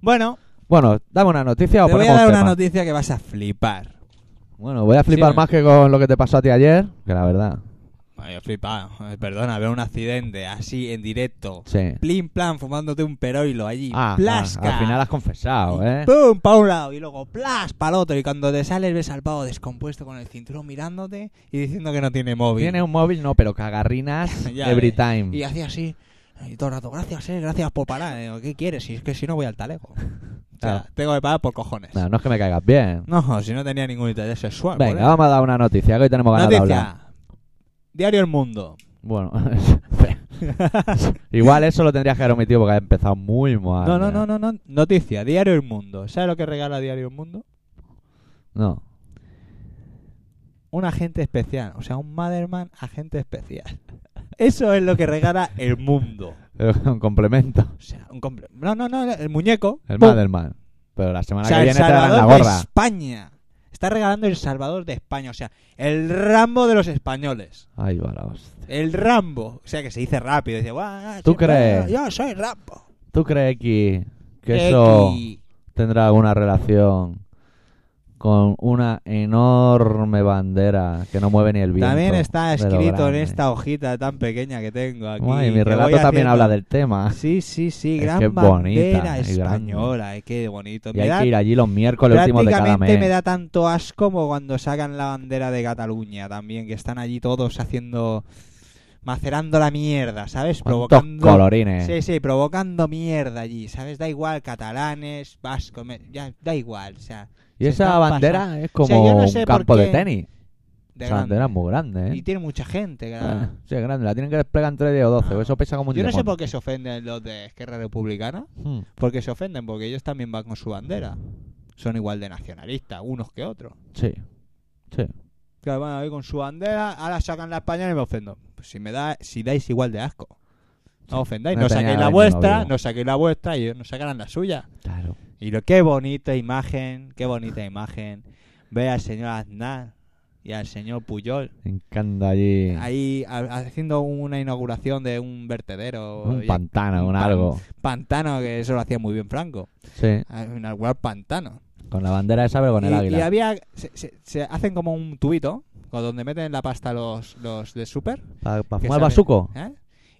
S3: Bueno,
S2: Bueno, dame una noticia o
S3: te voy a
S2: ponemos
S3: dar una
S2: tema.
S3: noticia que vas a flipar.
S2: Bueno, voy a flipar
S3: Sí.
S2: más que con lo que te pasó a ti ayer, que la verdad.
S3: Ay, yo he flipado. Ay, Perdona, ver un accidente así en directo.
S2: Sí.
S3: Plin plan, fumándote un peroilo allí.
S2: Ah,
S3: plasca.
S2: ah, al final has confesado,
S3: Y
S2: ¿eh?
S3: ¡Pum! Para un lado y luego ¡plas! Para el otro. Y cuando te sales ves al pavo descompuesto con el cinturón mirándote y diciendo que no tiene móvil.
S2: Tiene un móvil, no, pero cagarrinas
S3: Ya
S2: every
S3: ves.
S2: time.
S3: Y hacía así. Y todo el rato, gracias, eh, gracias por parar. Digo, ¿Qué quieres? Si es que si no voy al talego. O sea,
S2: Claro.
S3: tengo que parar por cojones.
S2: No, no es que me caigas bien.
S3: No, si no tenía ningún interés sexual.
S2: Venga,
S3: colega.
S2: vamos a dar una noticia, que hoy tenemos ganas de hablar.
S3: Noticia. Diario El Mundo.
S2: Bueno, igual eso lo tendrías que haber omitido porque ha empezado muy mal.
S3: No, no, no, no, no. Noticia. Diario El Mundo. ¿Sabes lo que regala Diario El Mundo?
S2: No.
S3: un agente especial, o sea, un Motherman agente especial. Eso es lo que regala el mundo.
S2: Pero un complemento.
S3: O sea, un comple- No, no, no, el muñeco.
S2: El
S3: ¡pum!
S2: Madelman. Pero la
S3: O
S2: semana
S3: sea,
S2: que
S3: el
S2: viene te darán la
S3: Salvador de
S2: gorra.
S3: España. Está regalando el Salvador de España, o sea, el Rambo de los españoles.
S2: Ay, va la hostia.
S3: El Rambo, o sea, que se dice rápido, dice, "Buah,
S2: ¿Tú
S3: sí,
S2: crees?
S3: bueno, Yo soy Rambo.
S2: ¿Tú crees que, que eso
S3: Equi.
S2: tendrá alguna relación con una enorme bandera que no mueve ni el viento?
S3: También está
S2: de lo
S3: escrito en
S2: grande?
S3: esta hojita tan pequeña que tengo aquí.
S2: Ay,
S3: que
S2: mi relato
S3: voy
S2: también
S3: haciendo-
S2: habla del tema.
S3: Sí, sí, sí,
S2: Es
S3: gran
S2: que es bonita
S3: bandera
S2: y grande.
S3: española, eh, qué bonito.
S2: Y
S3: Me da
S2: hay que ir allí los miércoles últimos de cada
S3: Prácticamente
S2: mes.
S3: me da tanto asco como cuando sacan la bandera de Cataluña también, que están allí todos haciendo. macerando la mierda, ¿sabes?
S2: ¿Cuántos
S3: Provocando.
S2: colorines?
S3: Sí, sí, provocando mierda allí, ¿sabes? Da igual, catalanes, vascos, me- ya, da igual, o sea.
S2: y
S3: se
S2: esa
S3: están
S2: bandera
S3: pasando
S2: es
S3: O sea,
S2: como
S3: yo no
S2: un
S3: sé por
S2: campo de
S3: qué-
S2: tenis.
S3: de
S2: esa
S3: grande.
S2: bandera es muy grande, ¿eh?
S3: Y tiene mucha gente, claro.
S2: Ah, sí, es grande. La tienen que desplegar entre 10 o 12. o Eso pesa como un
S3: Yo no sé
S2: limón.
S3: por qué se ofenden los de Esquerra Republicana,
S2: Hmm.
S3: porque se ofenden, porque ellos también van con su bandera. Son igual de nacionalistas, unos que otros.
S2: Sí. Sí.
S3: Claro, van a ver con su bandera, ahora sacan la española y me ofendo. Pues si me da, si dais igual de asco. No ofendáis,
S2: No
S3: no,
S2: tenía
S3: saquéis la
S2: daño, no
S3: vuestra,
S2: vivo.
S3: no saquéis la vuestra y ellos no sacarán la suya.
S2: Claro.
S3: Y lo qué bonita imagen, qué bonita imagen. Ve al señor Aznar y al señor Puyol
S2: Me encanta allí.
S3: ahí ha- haciendo una inauguración de un vertedero,
S2: un
S3: oye,
S2: pantano,
S3: un
S2: un
S3: pan-
S2: algo.
S3: pantano, que eso lo hacía muy bien Franco.
S2: Sí.
S3: Ah, Inaugurar pantano.
S2: Con la bandera esa, pero con el
S3: y,
S2: águila.
S3: y había. Se, se- se hacen como un tubito con donde meten la pasta los, los de súper.
S2: ¿Para
S3: que
S2: fumar
S3: sale,
S2: basuco?
S3: ¿eh?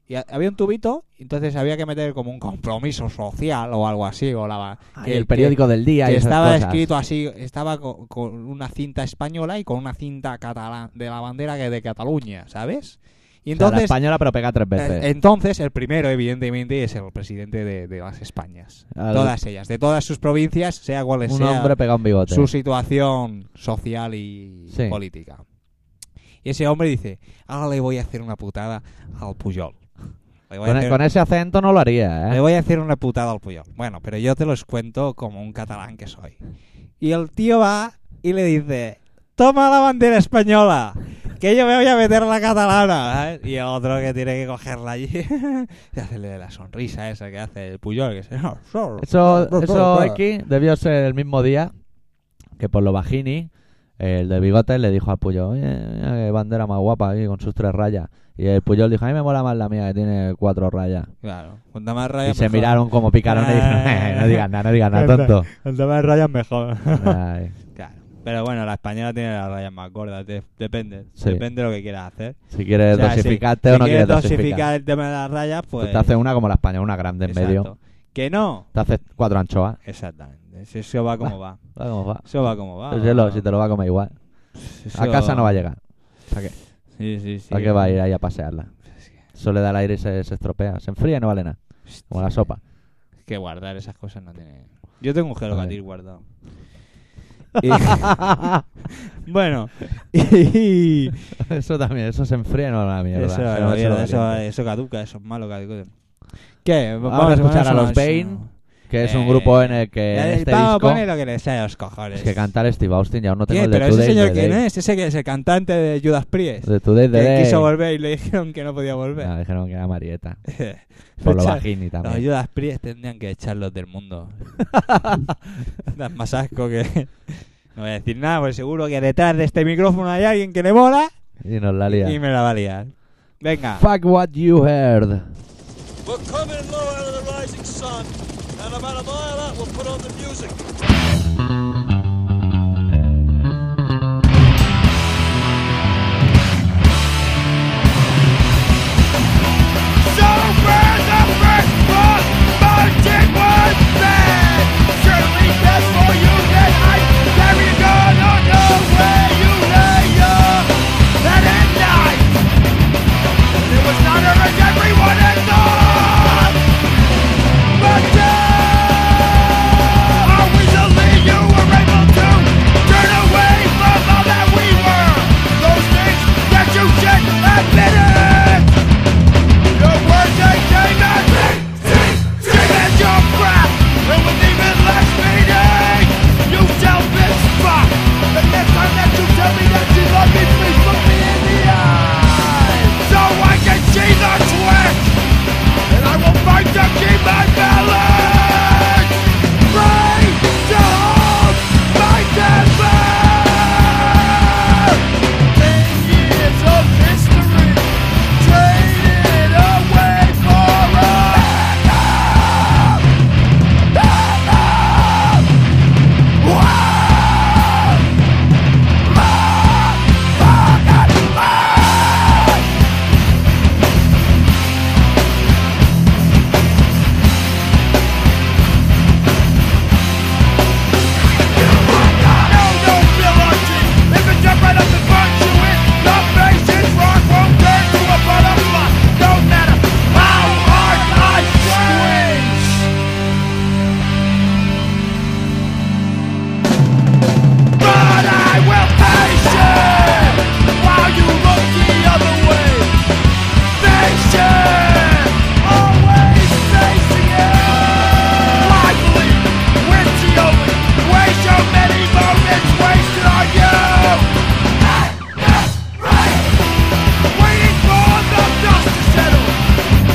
S3: Y ha- había un tubito, y entonces había que meter como un compromiso social o algo así. O la,
S2: Ah,
S3: que-
S2: y el periódico del
S3: que-
S2: día
S3: que
S2: y esas
S3: estaba
S2: cosas.
S3: escrito así, estaba co- con, una cinta española y con una cinta catalán de la bandera que de Cataluña, ¿sabes? Y
S2: O sea, la
S3: entonces,
S2: española, pero pega tres veces.
S3: eh, entonces el primero, evidentemente, es el presidente de, de las Españas.
S2: Al-
S3: Todas ellas, de todas sus provincias, sea cual
S2: un
S3: pues sea
S2: hombre pega un bigote.
S3: su situación social y
S2: Sí.
S3: política. Y ese hombre dice, ahora le voy a hacer una putada al Puyol. Le voy, a
S2: Con, e-
S3: hacer,
S2: con ese acento no lo haría,
S3: le
S2: ¿eh?
S3: voy a hacer una putada al Puyol. Bueno, pero yo te los cuento como un catalán que soy. Y el tío va y le dice, toma la bandera española, que yo me voy a meter la catalana. ¿sabes? Y el otro que tiene que cogerla allí. y hacerle la sonrisa esa que hace el Puyol. Que se,
S2: Eso, eso aquí debió ser el mismo día que por lo bajini el de bigote le dijo al Puyol, oye, mira qué bandera más guapa aquí con sus tres rayas. Y el Puyol dijo, a mí me mola más la mía que tiene cuatro rayas.
S3: Claro, cuanta más
S2: Y
S3: raya
S2: se
S3: mejor.
S2: miraron como picaron y dijeron, "Eh, no digas nada, no digas nada, tonto.
S3: El tema de rayas mejor.
S2: Ay,
S3: Claro. Pero bueno, la española tiene las rayas más gordas, de- depende.
S2: Sí.
S3: Depende de lo que quieras hacer.
S2: si
S3: O
S2: quieres
S3: sea, si-
S2: dosificarte o
S3: si
S2: no quieres dosificar.
S3: dosificar el tema de las rayas, pues.
S2: Tú Te haces una como la española, una grande en
S3: Exacto.
S2: medio.
S3: Que no.
S2: Te haces cuatro anchoas.
S3: Exactamente. Si Eso va como va.
S2: Ah, ¿Cómo va?
S3: Eso va como va.
S2: Pues, Yelo, si te lo va a comer igual. A casa no va a llegar. ¿Para qué?
S3: Sí, sí, sí.
S2: ¿Para qué va a ir ahí a pasearla?
S3: Sí.
S2: Eso le da el aire y se, se estropea. Se enfría y no vale nada. Como la sopa.
S3: que guardar esas cosas no tiene. Yo tengo un Hello
S2: Vale.
S3: Kitty guardado. Y- bueno, y,
S2: Eso también, eso se enfría no la mierda.
S3: eso,
S2: Se va
S3: la
S2: a
S3: mierda,
S2: ser
S3: eso,
S2: valiente.
S3: eso caduca, eso es malo caduca. ¿Qué? Vamos,
S2: a escuchar a los
S3: una-
S2: Bane, Que es un
S3: Eh,
S2: grupo en el que en
S3: el
S2: este
S3: pavo
S2: disco...
S3: pone lo que le sale a los cojones.
S2: Es que cantar Steve Austin ya no tengo
S3: ¿Qué?
S2: el de
S3: ¿Pero ese
S2: Today,
S3: señor
S2: the
S3: quién
S2: Day.
S3: es? Ese que es el cantante de Judas Priest.
S2: De Today, the
S3: que
S2: Day.
S3: quiso volver y le dijeron que no podía volver.
S2: Ah, dijeron que era Marieta. Por lo
S3: Escucha,
S2: bajín y
S3: Los
S2: también.
S3: Judas Priest tendrían que echarlos del mundo. das más asco que... No voy a decir nada, porque seguro que detrás de este micrófono hay alguien que le mola
S2: Y nos la
S3: y
S2: lía.
S3: me la va a liar. Venga.
S2: Fuck what you heard.
S6: We're coming low out of the rising sun, and about a mile out, we'll put on the music.
S7: uh, You just admitted! Your words ain't came at me. Take at your breath. It was even less meaning. You selfish fuck. The next time that you tell me that you love me, please look me in the eye. So I can see the twitch. And I will fight to keep my balance. Free to hold my temper. Ten years of history traded away for a love, love, love, motherfucking love. No, no, Bill Archie. If it jump right up and punch you in the face, it's rock won't turn to a butterfly. No matter how hard I squeeze. But I will patient while you look the other way. Patient, always facing it. Lively, witty only. Way so many moments wasted on you. Waiting for the dust to settle,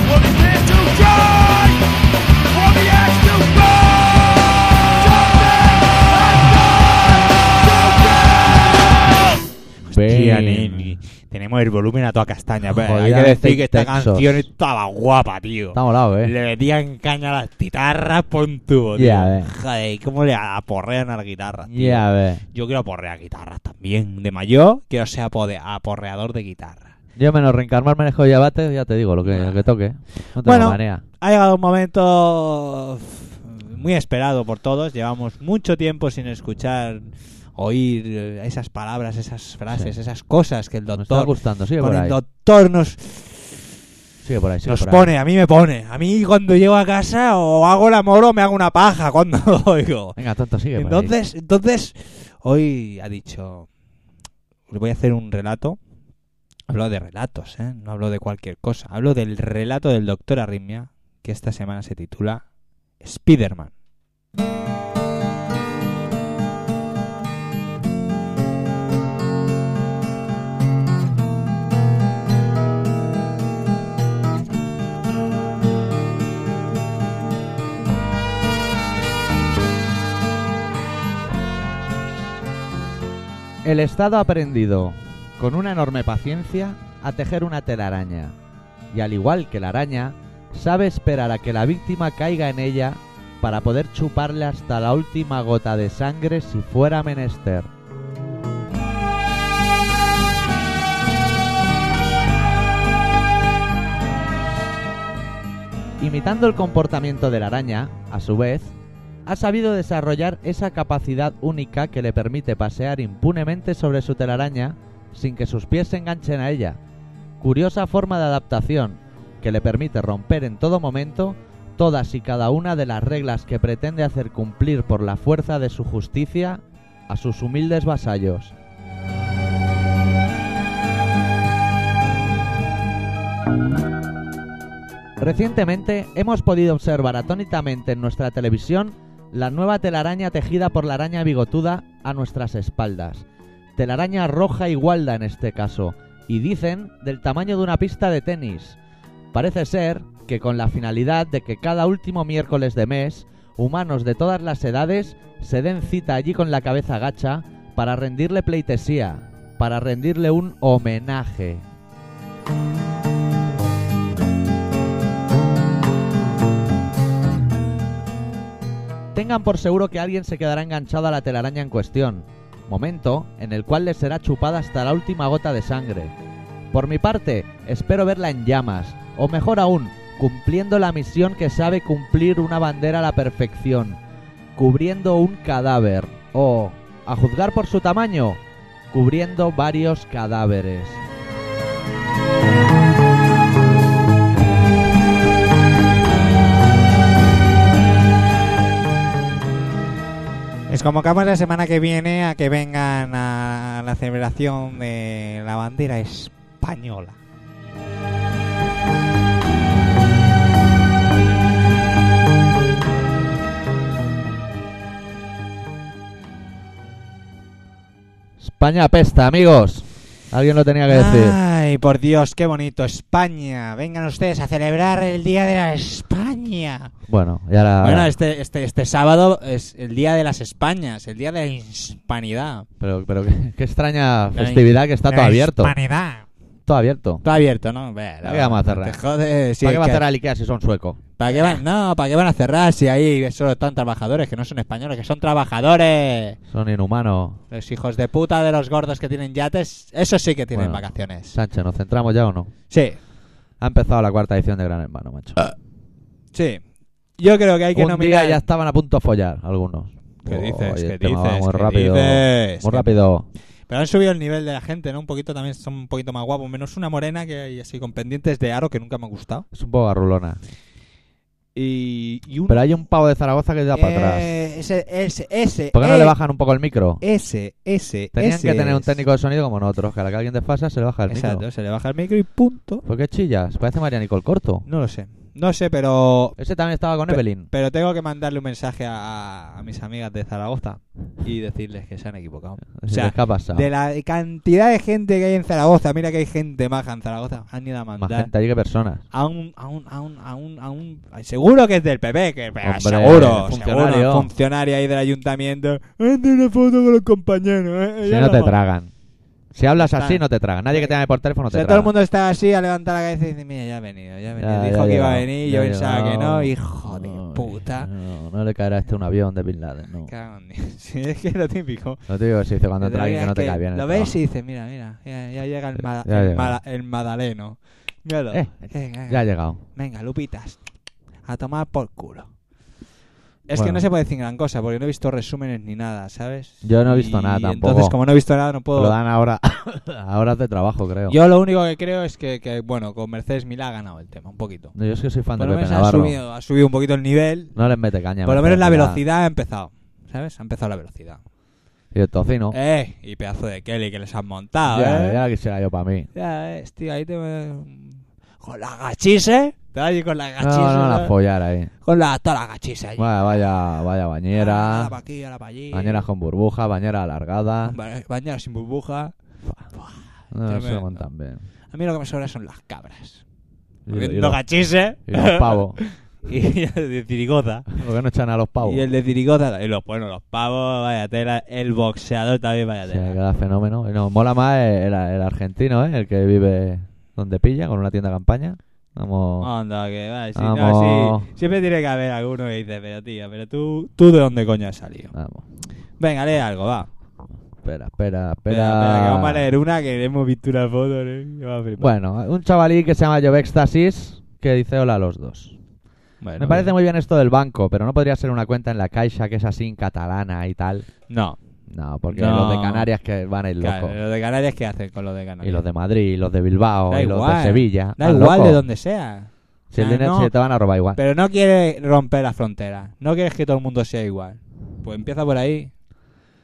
S7: for the tears to dry, for the axe to
S3: Hostia,
S2: Bane.
S3: nene. Tenemos el volumen a toda castaña. pero hay
S2: Podían
S3: que decir
S2: hacer
S3: que esta
S2: textos.
S3: canción estaba guapa, tío.
S2: Está molado, eh.
S3: Le metían caña a las guitarras por un tubo, tío.
S2: Ya ves.
S3: Joder, ¿y cómo le aporrean a las guitarras, tío?
S2: Ya ves.
S3: Yo quiero aporrear guitarras también. De mayor, quiero ser apode- aporreador de guitarras.
S2: Yo menos reencarnar, manejo y abate, ya te digo lo que, lo que toque. No tengo
S3: Bueno.
S2: manía.
S3: Ha llegado un momento f- muy esperado por todos. Llevamos mucho tiempo sin escuchar, oír eh, esas palabras, esas frases,
S2: Sí.
S3: esas cosas que el
S2: Me está
S3: doctor...
S2: gustando, sigue por
S3: Con el
S2: ahí.
S3: doctor nos,
S2: Sigue por ahí, sigue
S3: nos
S2: por ahí.
S3: pone, a mí me pone. A mí cuando llego a casa o hago el amor o me hago una paja cuando lo oigo.
S2: Venga, tonto, sigue por ahí.
S3: Entonces, entonces, hoy ha dicho, le voy a hacer un relato. Hablo de relatos, ¿eh? no hablo de cualquier cosa. Hablo del relato del doctor Arritmia, que esta semana se titula Spiderman.
S2: El Estado ha aprendido, con una enorme paciencia, a tejer una telaraña. Y al igual que la araña, sabe esperar a que la víctima caiga en ella para poder chuparle hasta la última gota de sangre si fuera menester. Imitando el comportamiento de la araña, a su vez, ha sabido desarrollar esa capacidad única que le permite pasear impunemente sobre su telaraña sin que sus pies se enganchen a ella. Curiosa forma de adaptación que le permite romper en todo momento todas y cada una de las reglas que pretende hacer cumplir por la fuerza de su justicia a sus humildes vasallos. Recientemente hemos podido observar atónitamente en nuestra televisión la nueva telaraña tejida por la araña bigotuda a nuestras espaldas. Telaraña roja igualda en este caso, y dicen del tamaño de una pista de tenis. Parece ser que con la finalidad de que cada último miércoles de mes, humanos de todas las edades se den cita allí con la cabeza gacha para rendirle pleitesía, para rendirle un homenaje. Tengan por seguro que alguien se quedará enganchado a la telaraña en cuestión, momento en el cual le será chupada hasta la última gota de sangre. Por mi parte, espero verla en llamas, o mejor aún, cumpliendo la misión que sabe cumplir una bandera a la perfección, cubriendo un cadáver, o, a juzgar por su tamaño, cubriendo varios cadáveres.
S3: Les convocamos la semana que viene a que vengan a la celebración de la bandera española.
S2: España pesta, amigos. Alguien lo tenía que decir.
S3: Ay, por Dios, qué bonito. España. Vengan ustedes a celebrar el Día de la España.
S2: Bueno, ya la...
S3: Bueno, este, este, este sábado es el Día de las Españas, el Día de la Hispanidad.
S2: Pero, pero qué, qué extraña festividad que está todo
S3: La
S2: abierto.
S3: Hispanidad.
S2: Todo abierto.
S3: Todo abierto, ¿no? Ve,
S2: ¿Para qué vamos a cerrar?
S3: Te jode, sí,
S2: ¿Para qué va a
S3: que-
S2: hacer a Ikea si son sueco?
S3: ¿Para qué van? No, ¿para qué van a cerrar si ahí solo están trabajadores que no son españoles, que son trabajadores?
S2: Son inhumanos.
S3: Los hijos de puta de los gordos que tienen yates, esos sí que tienen
S2: Bueno.
S3: vacaciones.
S2: Sánchez, ¿nos centramos ya o no?
S3: Sí,
S2: Ha empezado la cuarta edición de Gran Hermano, macho.
S3: sí. Yo creo que hay que
S2: Un
S3: nominar.
S2: día ya estaban a punto de follar algunos.
S3: ¿Qué
S2: Oh,
S3: dices?
S2: y el
S3: ¿Qué
S2: tema va
S3: dices?
S2: Muy
S3: ¿Qué
S2: rápido.
S3: dices?
S2: Muy
S3: ¿Qué-
S2: rápido.
S3: Pero han subido el nivel de la gente, ¿no? Un poquito también son un poquito más guapos. Menos una morena que hay así con pendientes de aro que nunca me ha gustado.
S2: Es un poco garrulona.
S3: Y, y un.
S2: Pero hay un pavo de Zaragoza que da para atrás.
S3: Eh, Ese, ese, ese.
S2: ¿Por qué no
S3: eh,
S2: le bajan un poco el micro?
S3: Ese, ese.
S2: Tenían
S3: ese
S2: que tener un
S3: es.
S2: técnico de sonido como nosotros. Que a la que alguien desfasa se le baja el
S3: Exacto,
S2: micro.
S3: se le baja el micro y punto.
S2: ¿Por qué chillas? Parece María Nicole Corto.
S3: No lo sé. No sé, pero.
S2: Ese también estaba con
S3: Pe-
S2: Evelyn.
S3: Pero tengo que mandarle un mensaje a, a mis amigas de Zaragoza y decirles que se han equivocado.
S2: O
S3: sea,
S2: ¿Qué ha pasado?
S3: De la cantidad de gente que hay en Zaragoza, mira que hay gente maja en Zaragoza, han ido a
S2: Más
S3: mandar
S2: gente allí que personas.
S3: a un, a un, a un, a un, a un- ay, seguro que es del PP, que pero
S2: Hombre,
S3: seguro,
S2: funcionario.
S3: seguro, funcionario ahí del ayuntamiento. Hazte una foto con los compañeros. eh,
S2: Si
S3: ya
S2: no
S3: lo
S2: te
S3: va".
S2: tragan. Si hablas
S3: Están-
S2: así, no te tragan. Nadie que te llame por teléfono
S3: O
S2: te
S3: sea,
S2: traga.
S3: todo el mundo está así a levantar la cabeza y dice, mira, ya ha venido, ya ha venido.
S2: Ya,
S3: Dijo que iba
S2: ya
S3: a
S2: llegado,
S3: venir,
S2: ya
S3: yo
S2: ha
S3: pensaba que
S2: llegado.
S3: no, hijo de
S2: Ay,
S3: puta.
S2: No, no le caerá a este un avión de Bin Laden, no.
S3: Cago en Dios. Sí, es que es lo típico.
S2: Lo típico que se dice cuando
S3: Pero
S2: trae
S3: mira,
S2: que no
S3: es
S2: te
S3: que
S2: cae bien. en
S3: Lo
S2: el
S3: ves
S2: trabajo.
S3: y dices, mira, mira, ya, ya llega el, mada-
S2: Ya
S3: el
S2: llega.
S3: mada- el madaleno. Míralo.
S2: Eh,
S3: Venga,
S2: Ya ha
S3: venga.
S2: llegado.
S3: Venga, lupitas. A tomar por culo. Es que
S2: Bueno.
S3: no se puede decir gran cosa porque no he visto resúmenes ni nada, ¿sabes?
S2: Yo no he visto
S3: Y
S2: nada tampoco.
S3: Entonces, como no he visto nada, no puedo.
S2: Lo dan ahora a horas de trabajo, creo.
S3: Yo lo único que creo es que, que, bueno, con Mercedes Milá ha ganado el tema un poquito.
S2: No, yo es que soy fan
S3: Por
S2: de
S3: lo
S2: Pepe
S3: menos ha
S2: Navarro.
S3: subido, ha subido un poquito el nivel.
S2: No les mete caña.
S3: Por lo
S2: me
S3: menos la
S2: parece,
S3: velocidad ha empezado, ¿sabes? Ha empezado la velocidad.
S2: Y el tocino.
S3: ¡Eh! Y pedazo de Kelly que les han montado, ¿eh?
S2: Ya, ya quisiera yo para mí.
S3: Ya ves, tío, ahí te... Con la gachise. Te vas allí con la
S2: No,
S3: gachise.
S2: no, la follar ahí.
S3: Con la, toda la gachise allí.
S2: Vaya, vaya, vaya
S3: Ahora
S2: bañera.
S3: pa' Ah, aquí, ahora pa' allí.
S2: Bañeras con burbuja, bañera alargada.
S3: Ba- Bañera sin burbuja. Buah.
S2: No, no se
S3: tremendo.
S2: lo montan bien.
S3: A mí lo que me sobra son las cabras.
S2: Y, y
S3: Viendo
S2: los,
S3: gachise.
S2: y los pavos.
S3: y el de cirigoza.
S2: ¿Por qué no echan a los pavos?
S3: Y el de cirigoza. Y los, bueno, los pavos, vaya tela. El boxeador también, vaya
S2: Sí,
S3: tela.
S2: cada fenómeno. Y nos mola más el, el argentino, ¿eh? El que vive donde pilla, con una tienda de campaña. Vamos.
S3: Anda, que va, si no,
S2: Vamos.
S3: sí. Siempre tiene que haber alguno que dice, pero tío, pero tú, tú de dónde coño has salido.
S2: Vamos.
S3: Venga, lee algo, va.
S2: Espera, espera, espera.
S3: Espera, espera, que vamos a leer una que hemos visto una foto, ¿eh? Que va a flipar.
S2: Bueno, un chavalí que se llama Jovextasis que dice hola a los dos.
S3: Bueno,
S2: Me parece muy bien esto del banco, pero no podría ser una cuenta en la Caixa que es así en catalana y tal.
S3: No,
S2: No, porque
S3: No.
S2: los de Canarias que van a ir
S3: claro,
S2: locos.
S3: los de Canarias, ¿qué hacen con los de Canarias?
S2: Y los de Madrid, y los de Bilbao,
S3: Da
S2: y los
S3: igual,
S2: de Sevilla.
S3: Da
S2: van
S3: igual de
S2: locos.
S3: donde sea.
S2: Si el
S3: Ah,
S2: dinero
S3: no.
S2: si te van a robar igual.
S3: Pero no quieres romper la frontera. No quieres que todo el mundo sea igual. Pues empieza por ahí.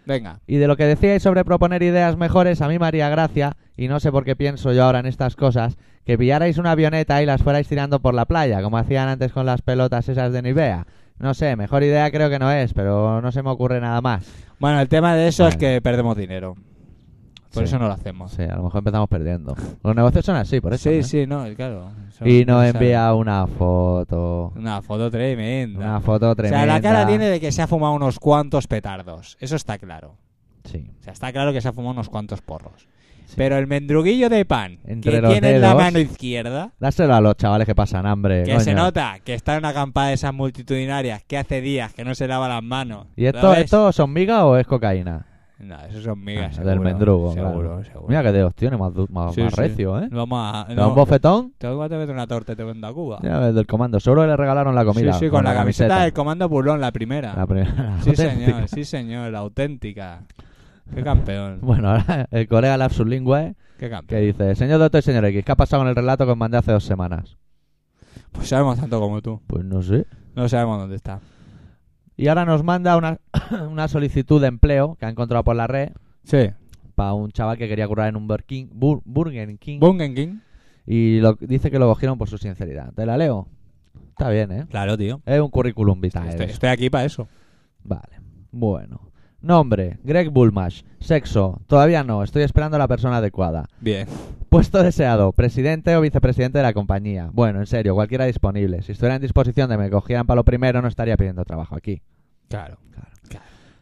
S3: Venga.
S2: Y de lo que decíais sobre proponer ideas mejores, a mí me haría gracia, y no sé por qué pienso yo ahora en estas cosas, que pillarais una avioneta y las fuerais tirando por la playa, como hacían antes con las pelotas esas de Nivea. No sé, mejor idea creo que no es, pero no se me ocurre nada más.
S3: Bueno, el tema de eso es
S2: Vale.
S3: que perdemos dinero. Por
S2: Sí.
S3: eso no lo hacemos.
S2: Sí, a lo mejor empezamos perdiendo. Los negocios son así, por eso.
S3: sí,
S2: ¿eh?
S3: sí, no, claro. Eso
S2: Y nos
S3: sabe.
S2: envía una foto.
S3: Una foto tremenda.
S2: Una foto tremenda.
S3: O sea, la cara tiene de que se ha fumado unos cuantos petardos. Eso está claro.
S2: Sí.
S3: O sea, está claro que se ha fumado unos cuantos porros.
S2: Sí.
S3: Pero el mendruguillo de pan
S2: Entre
S3: que
S2: los
S3: tiene en la
S2: dedos.
S3: mano izquierda,
S2: Dáselo a los chavales que pasan hambre.
S3: que
S2: coño.
S3: se nota que está en una acampada de esas multitudinarias que hace días que no se lava las manos.
S2: ¿Y esto,
S3: ¿sabes?
S2: esto son migas o es cocaína?
S3: No, esos son migas.
S2: Ah,
S3: seguro,
S2: del mendrugo.
S3: Seguro,
S2: claro.
S3: seguro.
S2: Mira que Dios tiene más, du- más,
S3: Sí,
S2: más
S3: sí.
S2: recio, ¿eh?
S3: Vamos a.
S2: ¿Te da
S3: no,
S2: un bofetón?
S3: te voy a meter una torta y te vendo a Cuba.
S2: Ya ves, del comando. Seguro que le regalaron la comida.
S3: sí, sí, con, la, camiseta, del comando burlón, la primera.
S2: La primera.
S3: Sí,
S2: auténtica.
S3: señor, sí, señor, la auténtica. Qué campeón.
S2: Bueno, ahora el colega lapsus lingüe
S3: Qué
S2: que
S3: campeón.
S2: dice: Señor Doctor y señor X, ¿qué ha pasado con el relato que os mandé hace dos semanas?
S3: Pues sabemos tanto como tú.
S2: Pues no sé.
S3: No sabemos dónde está.
S2: Y ahora nos manda una, una solicitud de empleo que ha encontrado por la red
S3: Sí.
S2: para un chaval que quería currar en un Burger King. Bur- Burger King
S3: Bungen King.
S2: y lo, dice que lo cogieron por su sinceridad. ¿Te la leo? Está bien, ¿eh?
S3: Claro, tío.
S2: Es un currículum vitae.
S3: Estoy,
S2: de
S3: estoy aquí para eso.
S2: Vale. Bueno. Nombre, Greg Bulmash. Sexo, todavía no, estoy esperando a la persona adecuada.
S3: Bien.
S2: Puesto deseado, presidente o vicepresidente de la compañía. Bueno, en serio, cualquiera disponible. Si estuviera en disposición de que me cogieran para lo primero, no estaría pidiendo trabajo aquí.
S3: Claro.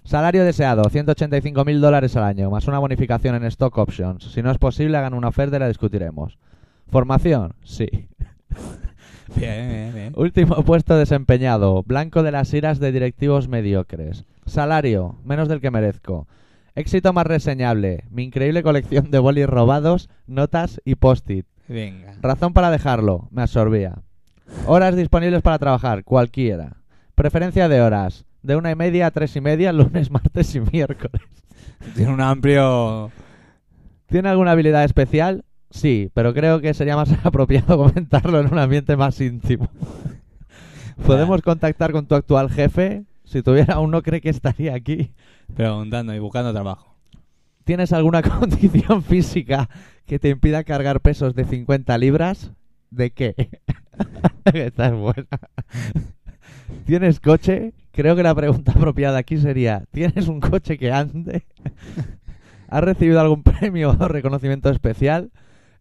S2: Salario deseado, 185.000 dólares al año, más una bonificación en stock options. Si no es posible, hagan una oferta y la discutiremos. Formación, sí.
S3: Bien, bien, bien.
S2: Último puesto desempeñado, blanco de las iras de directivos mediocres. Salario, menos del que merezco. Éxito más reseñable, mi increíble colección de bolis robados, notas y post-it.
S3: Venga.
S2: Razón para dejarlo, me absorbía. Horas disponibles para trabajar, cualquiera. Preferencia de horas, de una y media a tres y media, lunes, martes y miércoles.
S3: Tiene un amplio.
S2: ¿Tiene alguna habilidad especial? Sí, pero creo que sería más apropiado comentarlo en un ambiente más íntimo. ¿Podemos contactar con tu actual jefe? Si tuviera uno, cree que estaría aquí.
S3: Preguntando y buscando trabajo.
S2: ¿Tienes alguna condición física que te impida cargar pesos de 50 libras? ¿De qué? Esta es buena. ¿Tienes coche? Creo que la pregunta apropiada aquí sería, ¿tienes un coche que ande? ¿Has recibido algún premio o reconocimiento especial?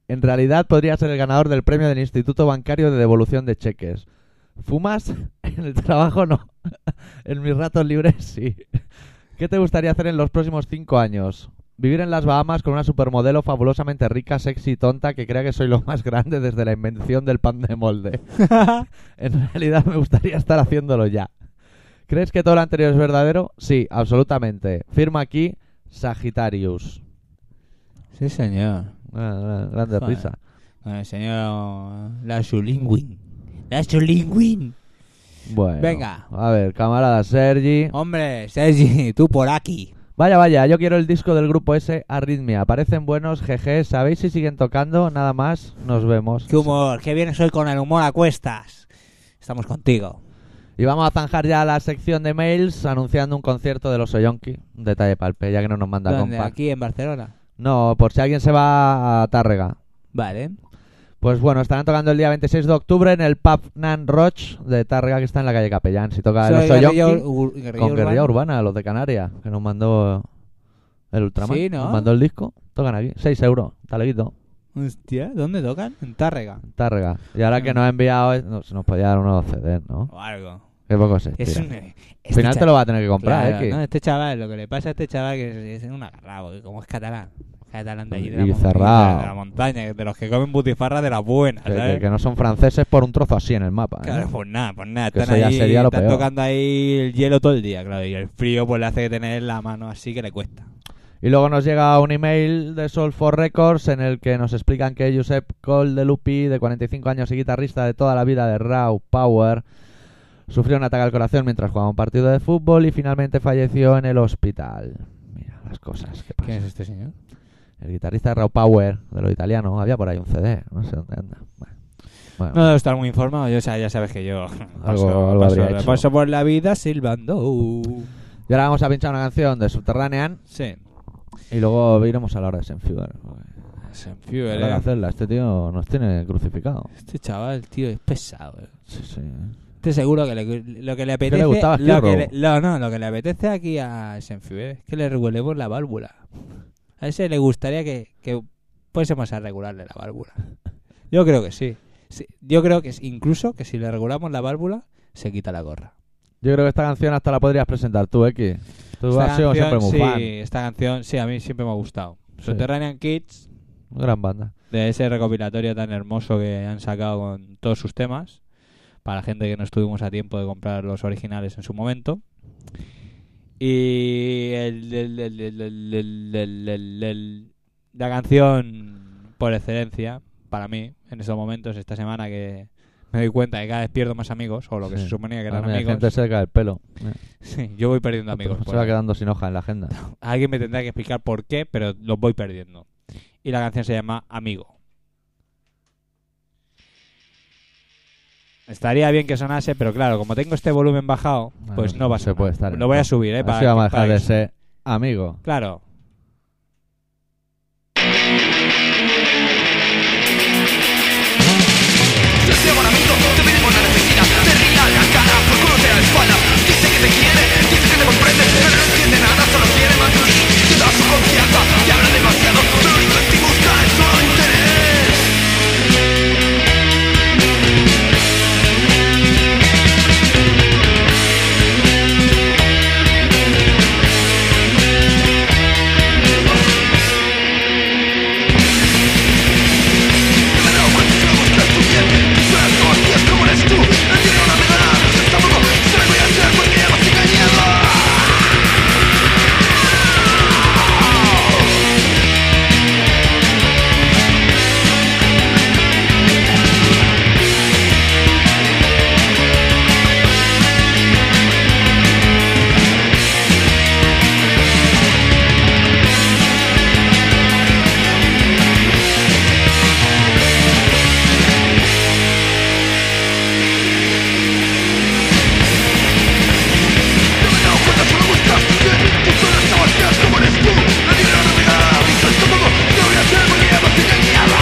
S2: En realidad podría ser el ganador del premio del Instituto Bancario de Devolución de Cheques. ¿Fumas? En el trabajo no. En mis ratos libres sí. ¿Qué te gustaría hacer en los próximos cinco años? Vivir en las Bahamas con una supermodelo fabulosamente rica, sexy y tonta que crea que soy lo más grande desde la invención del pan de molde. en realidad me gustaría estar haciéndolo ya. ¿Crees que todo lo anterior es verdadero? Sí, absolutamente. Firma aquí Sagittarius.
S3: Sí, señor.
S2: Ah, ah, grande
S3: Joder.
S2: risa.
S3: Con el señor. La Zulingwin. La Zulingwin.
S2: Bueno,
S3: Venga. Oh.
S2: A ver, camarada Sergi.
S3: Hombre, Sergi, tú por aquí.
S2: Vaya, vaya, yo quiero el disco del grupo S, Arritmia. Parecen buenos, jeje. ¿Sabéis si siguen tocando? Nada más, nos vemos.
S3: Qué humor, qué bien soy con el humor a cuestas. Estamos contigo.
S2: Y vamos a zanjar ya la sección de mails anunciando un concierto de los Oyonki. Un detalle palpe, ya que no nos manda
S3: ¿Dónde?
S2: compa.
S3: Aquí en Barcelona.
S2: No, por si alguien se va a Tárrega.
S3: Vale.
S2: Pues bueno, estarán tocando el día 26 de octubre en el pub Nan Roch de Tárrega, que está en la calle Capellán. Si toca
S3: Soy
S2: los
S3: guerrilla
S2: Oyonki,
S3: ur- guerrilla
S2: con
S3: urbana.
S2: Guerrilla Urbana, los de Canarias, que nos mandó el Ultraman.
S3: Sí, ¿no?
S2: Nos mandó el disco. Tocan aquí, 6 euros, taleguito,
S3: Hostia, ¿dónde tocan? En Tárrega.
S2: Tárrega. Y ahora
S3: Ah.
S2: que nos ha enviado, eh, no, se nos podía dar unos CDs, ¿no?
S3: O algo.
S2: Qué poco se
S3: Es
S2: estira.
S3: un- este
S2: Al final te
S3: chaval-
S2: lo va a tener que comprar,
S3: Claro,
S2: ¿eh? que-
S3: no, este chaval, lo que le pasa a este chaval que es, es un agarrado, que como es catalán. Catalán de allí de la,
S2: Y
S3: montaña,
S2: cerrado.
S3: de la montaña, de los que comen butifarra de las buenas,
S2: Que,
S3: ¿sabes?
S2: que- que no son franceses por un trozo así en el mapa. ¿eh?
S3: Claro, pues nada, pues nada.
S2: Que
S3: Están,
S2: eso ya
S3: ahí,
S2: sería lo
S3: están
S2: peor.
S3: tocando ahí el hielo todo el día, claro. Y el frío pues le hace tener la mano así que le cuesta.
S2: Y luego nos llega un email de Soul for Records en el que nos explican que Josep Col de Lupi, de 45 años y guitarrista de toda la vida de Raw Power, sufrió un ataque al corazón mientras jugaba un partido de fútbol y finalmente falleció en el hospital. Mira las cosas que pasan.
S3: este señor?
S2: El guitarrista de Raw Power, de lo italiano, había por ahí un CD, no sé dónde anda. Bueno. Bueno,
S3: No debo estar muy informado, yo, o sea, ya sabes que yo paso,
S2: algo
S3: paso-
S2: habría hecho.
S3: paso por la vida silbando.
S2: Y ahora vamos a pinchar una canción de Subterranean
S3: Sí.
S2: y luego iremos a la hora de Senfuer.
S3: Sam
S2: Habrá
S3: Fuel,
S2: que
S3: eh.
S2: hacerla, este tío nos tiene crucificado.
S3: Este chaval, tío, es pesado. eh.
S2: Sí, sí.
S3: Te seguro que le- lo que le
S2: le
S3: apetece.
S2: gustaba
S3: lo
S2: Skid
S3: que
S2: Row.
S3: le- no, no, lo que le apetece aquí a Senfibe es que le regulemos la válvula. A ese le gustaría que, que fuésemos a regularle la válvula. Yo creo que sí. Sí, Yo creo que es- incluso que si le regulamos la válvula, se quita la gorra.
S2: Yo creo que esta canción hasta la podrías presentar tú, X. Tú
S3: Esta
S2: has sido
S3: canción,
S2: siempre muy
S3: sí,
S2: fan.
S3: esta canción, sí, a mí siempre me ha gustado. Subterranean Kids,
S2: Gran banda.
S3: de ese recopilatorio tan hermoso que han sacado con todos sus temas, para la gente que no estuvimos a tiempo de comprar los originales en su momento. Y el- el- el- el- el- el- el- el- el- la canción por excelencia, para mí, en estos momentos, esta semana que me doy cuenta que cada vez pierdo más amigos, o lo que
S2: Sí.
S3: se suponía que
S2: A
S3: eran
S2: mí la
S3: amigos.
S2: gente se le cae el pelo. Pues
S3: Sí, yo voy perdiendo amigos.
S2: se
S3: por
S2: va
S3: ahí.
S2: quedando sin hoja en la agenda.
S3: Alguien me tendrá que explicar por qué, pero los voy perdiendo. Y la canción se llama Amigo. Estaría bien que sonase, pero claro, como tengo este volumen bajado,
S2: Ah,
S3: pues no va a
S2: se
S3: sonar.
S2: puede estar en
S3: Lo voy a
S2: todo.
S3: subir, ¿eh? Para,
S2: Así vamos a
S3: para
S2: dejar de
S3: que-
S2: ser amigo.
S3: Claro.
S7: Yo llego un amigo, te viene con la necesidad Te ríe la cara, por culo te la espalda Dice que te quiere, dice que te comprende Pero no entiende nada, solo quiere más Te da su confianza, te habla demasiado Pero lo único que te busca es solo interés Me da igual si me buscas tu bien Pero es como si es como eres tú No tiene una medalla, no sé tampoco Se la voy a hacer porque hemos engañado No me he dado cuenta, solo buscas tu bien Tú solo sabes que es como eres tú No tiene una medalla, no sé tampoco Se la voy a hacer porque hemos engañado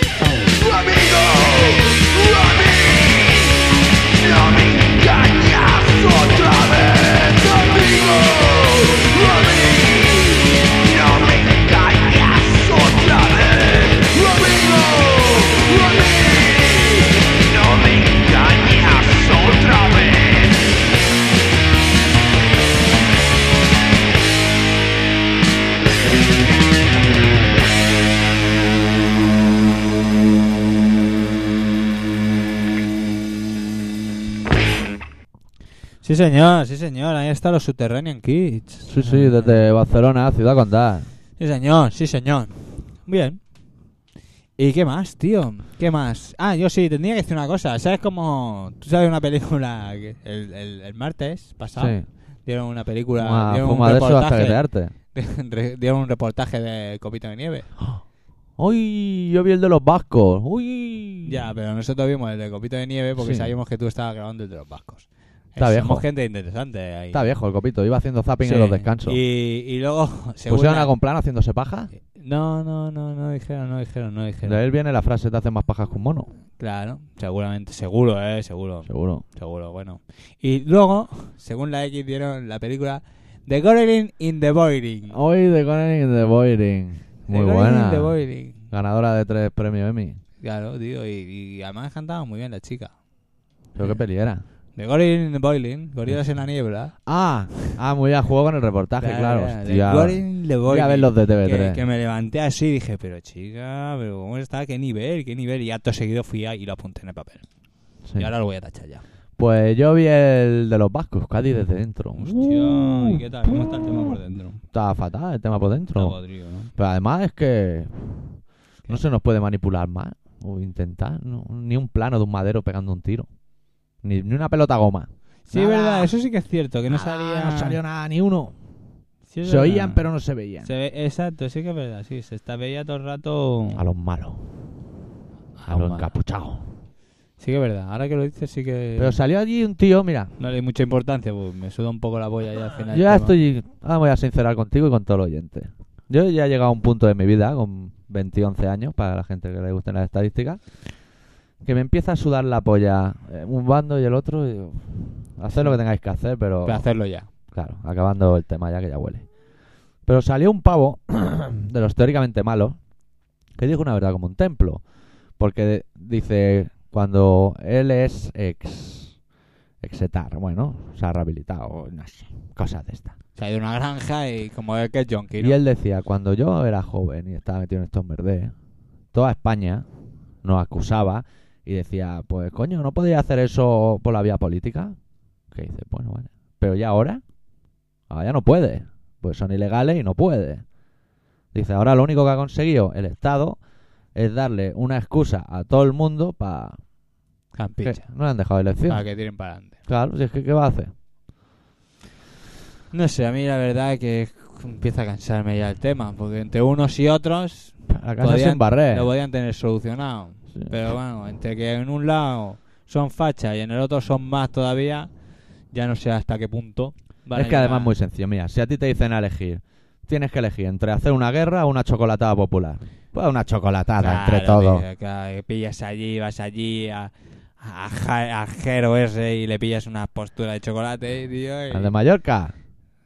S7: Amigo, a mí No me engañas otra vez Amigo, a mí No me engañas otra vez Amigo, a mí No me engañas otra vez
S3: Sí, señor, sí, señor. Ahí está los Subterranean Kids.
S2: Sí, sí, desde Barcelona, Ciudad Condal.
S3: Sí, señor, sí, señor. Bien. ¿Y qué más, tío? ¿Qué más? Ah, yo sí, tendría que decir una cosa. ¿Sabes cómo...? Tú sabes una película que el, el- el martes pasado
S2: Sí.
S3: dieron una película...
S2: Fuma,
S3: dieron,
S2: fuma
S3: un
S2: de eso hasta
S3: reportaje,
S2: que te arte.
S3: re- dieron un reportaje de Copito de Nieve.
S2: Uy, yo vi el de los vascos. Uy.
S3: Ya, pero nosotros vimos el de Copito de Nieve porque
S2: Sí.
S3: sabíamos que tú estabas grabando el de los vascos.
S2: Está
S3: Eh,
S2: viejo.
S3: Somos gente interesante ahí.
S2: Está viejo el copito, iba haciendo zapping en
S3: Sí.
S2: los descansos.
S3: Y, y luego... según
S2: ¿Pusieron
S3: la- Eh,
S2: algún plano haciéndose paja?
S3: No, no, no, no dijeron, no dijeron, no dijeron.
S2: De él viene la frase, te hacen más pajas que un mono.
S3: Claro, seguramente, seguro, eh, seguro,
S2: Seguro.
S3: seguro, bueno. Y luego, según la X, dieron la película The Gorillin in the Boiling.
S2: Hoy de Conan in the Boiling.
S3: The
S2: Oh, Muy
S3: Gorillin
S2: buena.
S3: in the Boiling.
S2: Ganadora de tres premios Emmy.
S3: Claro, tío, y, y además cantaba muy bien la chica.
S2: Pero qué peli era.
S3: The Gorillin in the Boiling, Gorilas en la niebla.
S2: Ah, ah, muy bien, jugó con el reportaje, claro.
S3: The Gorillin
S2: Hostia.
S3: in the
S2: Voy
S3: Boiling.
S2: a ver los de TV3.
S3: Que, que me levanté así y dije, pero chica, pero ¿cómo está? ¿Qué nivel? ¿Qué nivel? Y acto seguido fui ahí y lo apunté en el papel.
S2: Sí.
S3: Y ahora lo voy a tachar ya.
S2: Pues yo vi el de los vascos, Cádiz desde dentro.
S3: Hostia, ¿y qué tal? ¿Cómo está el tema por dentro?
S2: Está fatal el tema por
S3: Está
S2: dentro.
S3: podrido, ¿no?
S2: Pero además es que no se nos puede manipular más o intentar no, ni un plano de un madero pegando un tiro. Ni, ni una pelota goma.
S3: Sí,
S2: Nada. Ah,
S3: verdad, eso sí que es cierto, que no
S2: Nada,
S3: salía...
S2: no salió nada, ni uno.
S3: Sí, es
S8: Se oían,
S3: verdad.
S8: pero no se veían.
S3: Se ve- exacto, sí que es verdad, sí, se está veía todo el rato.
S8: A los malos. A los encapuchados.
S3: Sí que es verdad, ahora que lo dices, sí que.
S2: Pero salió allí un tío, mira,
S3: no le di mucha importancia, pues me suda un poco la polla ya al final.
S2: Yo ya
S3: el tema.
S2: estoy. ah, voy a sincerar contigo y con todo el oyente. Yo ya he llegado a un punto de mi vida, con 20, 11 años, para la gente que le gusten las estadísticas, que me empieza a sudar la polla eh, un bando y el otro. Y digo, haced lo que tengáis que hacer, pero.
S3: Pero hacerlo ya.
S2: Claro, acabando el tema ya que ya huele. Pero salió un pavo de los teóricamente malos que dijo una verdad como un templo. Porque de- dice, cuando él es ex. exetar, bueno, se ha rehabilitado, no sé, cosas de estas.
S3: O sea, de una granja y como el que es Jonky,
S2: Y él decía, cuando yo era joven y estaba metido en estos merdes, toda España nos acusaba y decía, pues coño, ¿no podía hacer eso por la vía política? Que dice, bueno, vale. Pero ya ahora, ahora ya no puede, pues son ilegales y no puede. Dice, ahora lo único que ha conseguido el Estado es darle una excusa a todo el mundo para...
S3: Campicha.
S2: No le han dejado elección.
S3: Para que tiren para adelante.
S2: Claro, si es que ¿qué va a hacer?
S3: No sé, a mí la verdad que empieza a cansarme ya el tema, porque entre unos y otros
S2: La casa
S3: Podían-
S2: sin barrer.
S3: lo podían tener solucionado.
S2: Sí.
S3: Pero bueno, entre que en un lado son fachas y en el otro son más todavía, ya no sé hasta qué punto. van a
S2: es que además
S3: llegar.
S2: es muy sencillo. Mira, si a ti te dicen a elegir, tienes que elegir entre hacer una guerra o una chocolatada popular. Pues una chocolatada entre
S3: Claro,
S2: todos.
S3: tío, claro, que pillas allí, vas allí a, a, Ja- a Jero ese y le pillas una postura de chocolate, tío. y-
S2: ¿Al de Mallorca?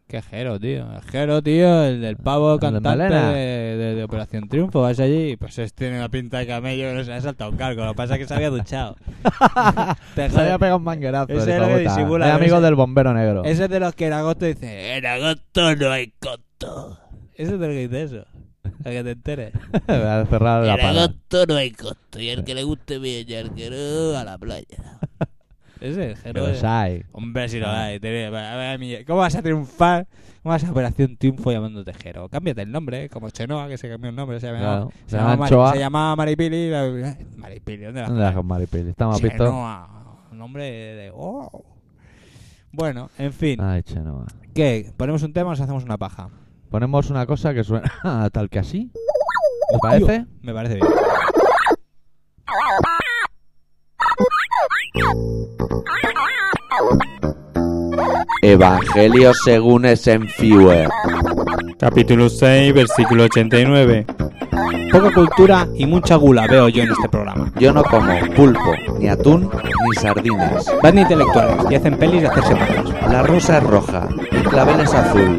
S3: ¿Qué Jero, tío? El Jero, tío, el del pavo
S2: El de
S3: cantante
S2: Malena.
S3: de, de- de Operación Triunfo. Vas allí y pues es- tiene una pinta de camello que no se le ha saltado un cargo. Lo que pasa es que se había duchado. Te
S2: Se había
S3: jode-
S2: pegado un manguerazo.
S3: Ese es
S2: el
S3: lo que
S2: hijo de puta.
S3: disimula,
S2: Es
S3: pero
S2: amigo
S3: ese-
S2: del bombero negro.
S3: Ese es de los que en agosto dice, en agosto no hay coto. Ese es del que dice eso. Para que te enteres.
S2: Al cerrar la
S4: En
S2: parada.
S4: agosto no hay costo y al que le guste bien y al que no, a la playa.
S3: Ese es el Jero.
S2: Pero Ah.
S3: eh".
S2: los hay.
S3: Hombre, si lo hay. te- a ver, mi- ¿Cómo vas a triunfar? ¿Cómo vas a Operación Triunfo llamándote Jero? Cámbiate el nombre, ¿eh? como Chenoa, que se cambió el nombre. Se llamaba,
S2: Claro.
S3: se
S2: Se
S3: llamaba,
S2: llama
S3: Mari-
S2: Anchoa.
S3: se llamaba Maripili. la- Maripili, ¿dónde la
S2: ¿Dónde dejas Maripili? Estamos visto.
S3: Chenoa. Un nombre de... oh. Bueno, en fin.
S2: Ay, Chenoa.
S3: ¿Qué? ¿Ponemos un tema o nos hacemos una paja?
S2: Ponemos una cosa que suena tal que así. ¿Te parece?
S3: Me parece bien.
S2: Evangelio según es en Fewer.
S3: Capítulo 6, versículo 89. Poca cultura y mucha gula veo yo en este programa.
S2: Yo no como pulpo, ni atún, ni sardinas.
S3: Van intelectuales y hacen pelis de hacerse malos.
S2: La rosa es roja, el clavel es azul.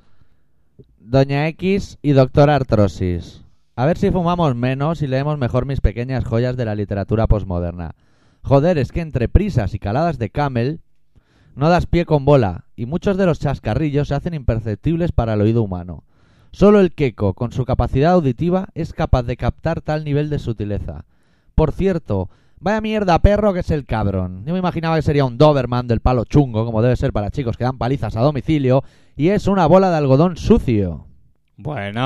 S2: Doña X y Doctor Artrosis. A ver si fumamos menos y leemos mejor mis pequeñas joyas de la literatura posmoderna. Joder, es que entre prisas y caladas de camel no das pie con bola y muchos de los chascarrillos se hacen imperceptibles para el oído humano. Solo el queco, con su capacidad auditiva, es capaz de captar tal nivel de sutileza. Por cierto, vaya mierda perro que es el cabrón. Yo me imaginaba que sería un Doberman del palo chungo, como debe ser para chicos que dan palizas a domicilio, y es una bola de algodón sucio.
S3: Bueno.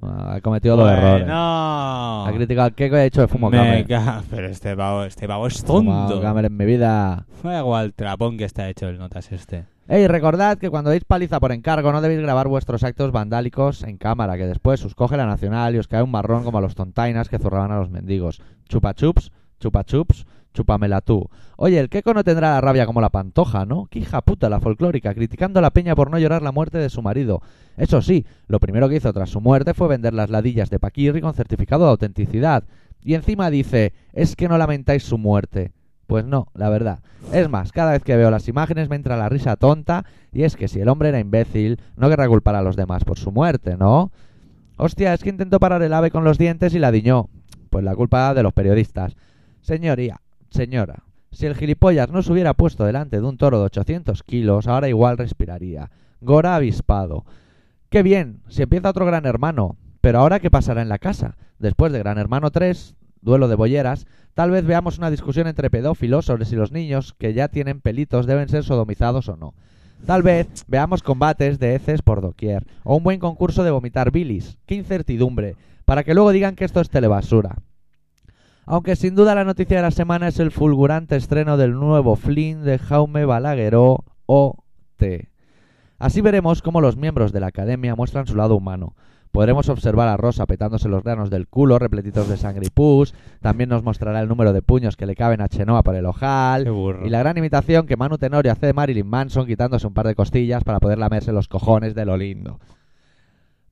S2: Ah, ha cometido dos errores. Ha criticado al queco y ha dicho que fumo
S3: Me
S2: camel.
S3: ca- Pero este pavo, este pavo es
S2: He fumado
S3: tonto.
S2: camel en mi vida.
S3: Vaya igual trapón que está hecho el notas este.
S2: Ey, recordad que cuando deis paliza por encargo no debéis grabar vuestros actos vandálicos en cámara, que después os coge la nacional y os cae un marrón como a los tontainas que zurraban a los mendigos. Chupa chups, chupa chups, chupamela tú. Oye, el queco no tendrá la rabia como la pantoja, ¿no? Qué hija puta la folclórica, criticando a la peña por no llorar la muerte de su marido. Eso sí, lo primero que hizo tras su muerte fue vender las ladillas de Paquirri con certificado de autenticidad. Y encima dice, es que no lamentáis su muerte. Pues no, la verdad. Es más, cada vez que veo las imágenes me entra la risa tonta y es que si el hombre era imbécil, no querrá culpar a los demás por su muerte, ¿no? Hostia, es que intentó parar el ave con los dientes y la diñó. Pues la culpa de los periodistas. Señoría, señora, si el gilipollas no se hubiera puesto delante de un toro de 800 kilos, ahora igual respiraría. Gora avispado. Qué bien, si empieza otro gran hermano. Pero ahora, ¿qué pasará en la casa? Después de Gran Hermano 3, duelo de bolleras, tal vez veamos una discusión entre pedófilos sobre si los niños que ya tienen pelitos deben ser sodomizados o no. Tal vez veamos combates de heces por doquier, o un buen concurso de vomitar bilis. ¡Qué incertidumbre! Para que luego digan que esto es telebasura. Aunque sin duda la noticia de la semana es el fulgurante estreno del nuevo Flynn de Jaume Balagueró O.T. Así veremos cómo los miembros de la academia muestran su lado humano. Podremos observar a Rosa petándose los granos del culo, repletitos de sangre y pus. También nos mostrará el número de puños que le caben a Chenoa por el ojal.
S3: Qué burro.
S2: Y la gran imitación que Manu Tenorio hace de Marilyn Manson quitándose un par de costillas para poder lamerse los cojones de lo lindo.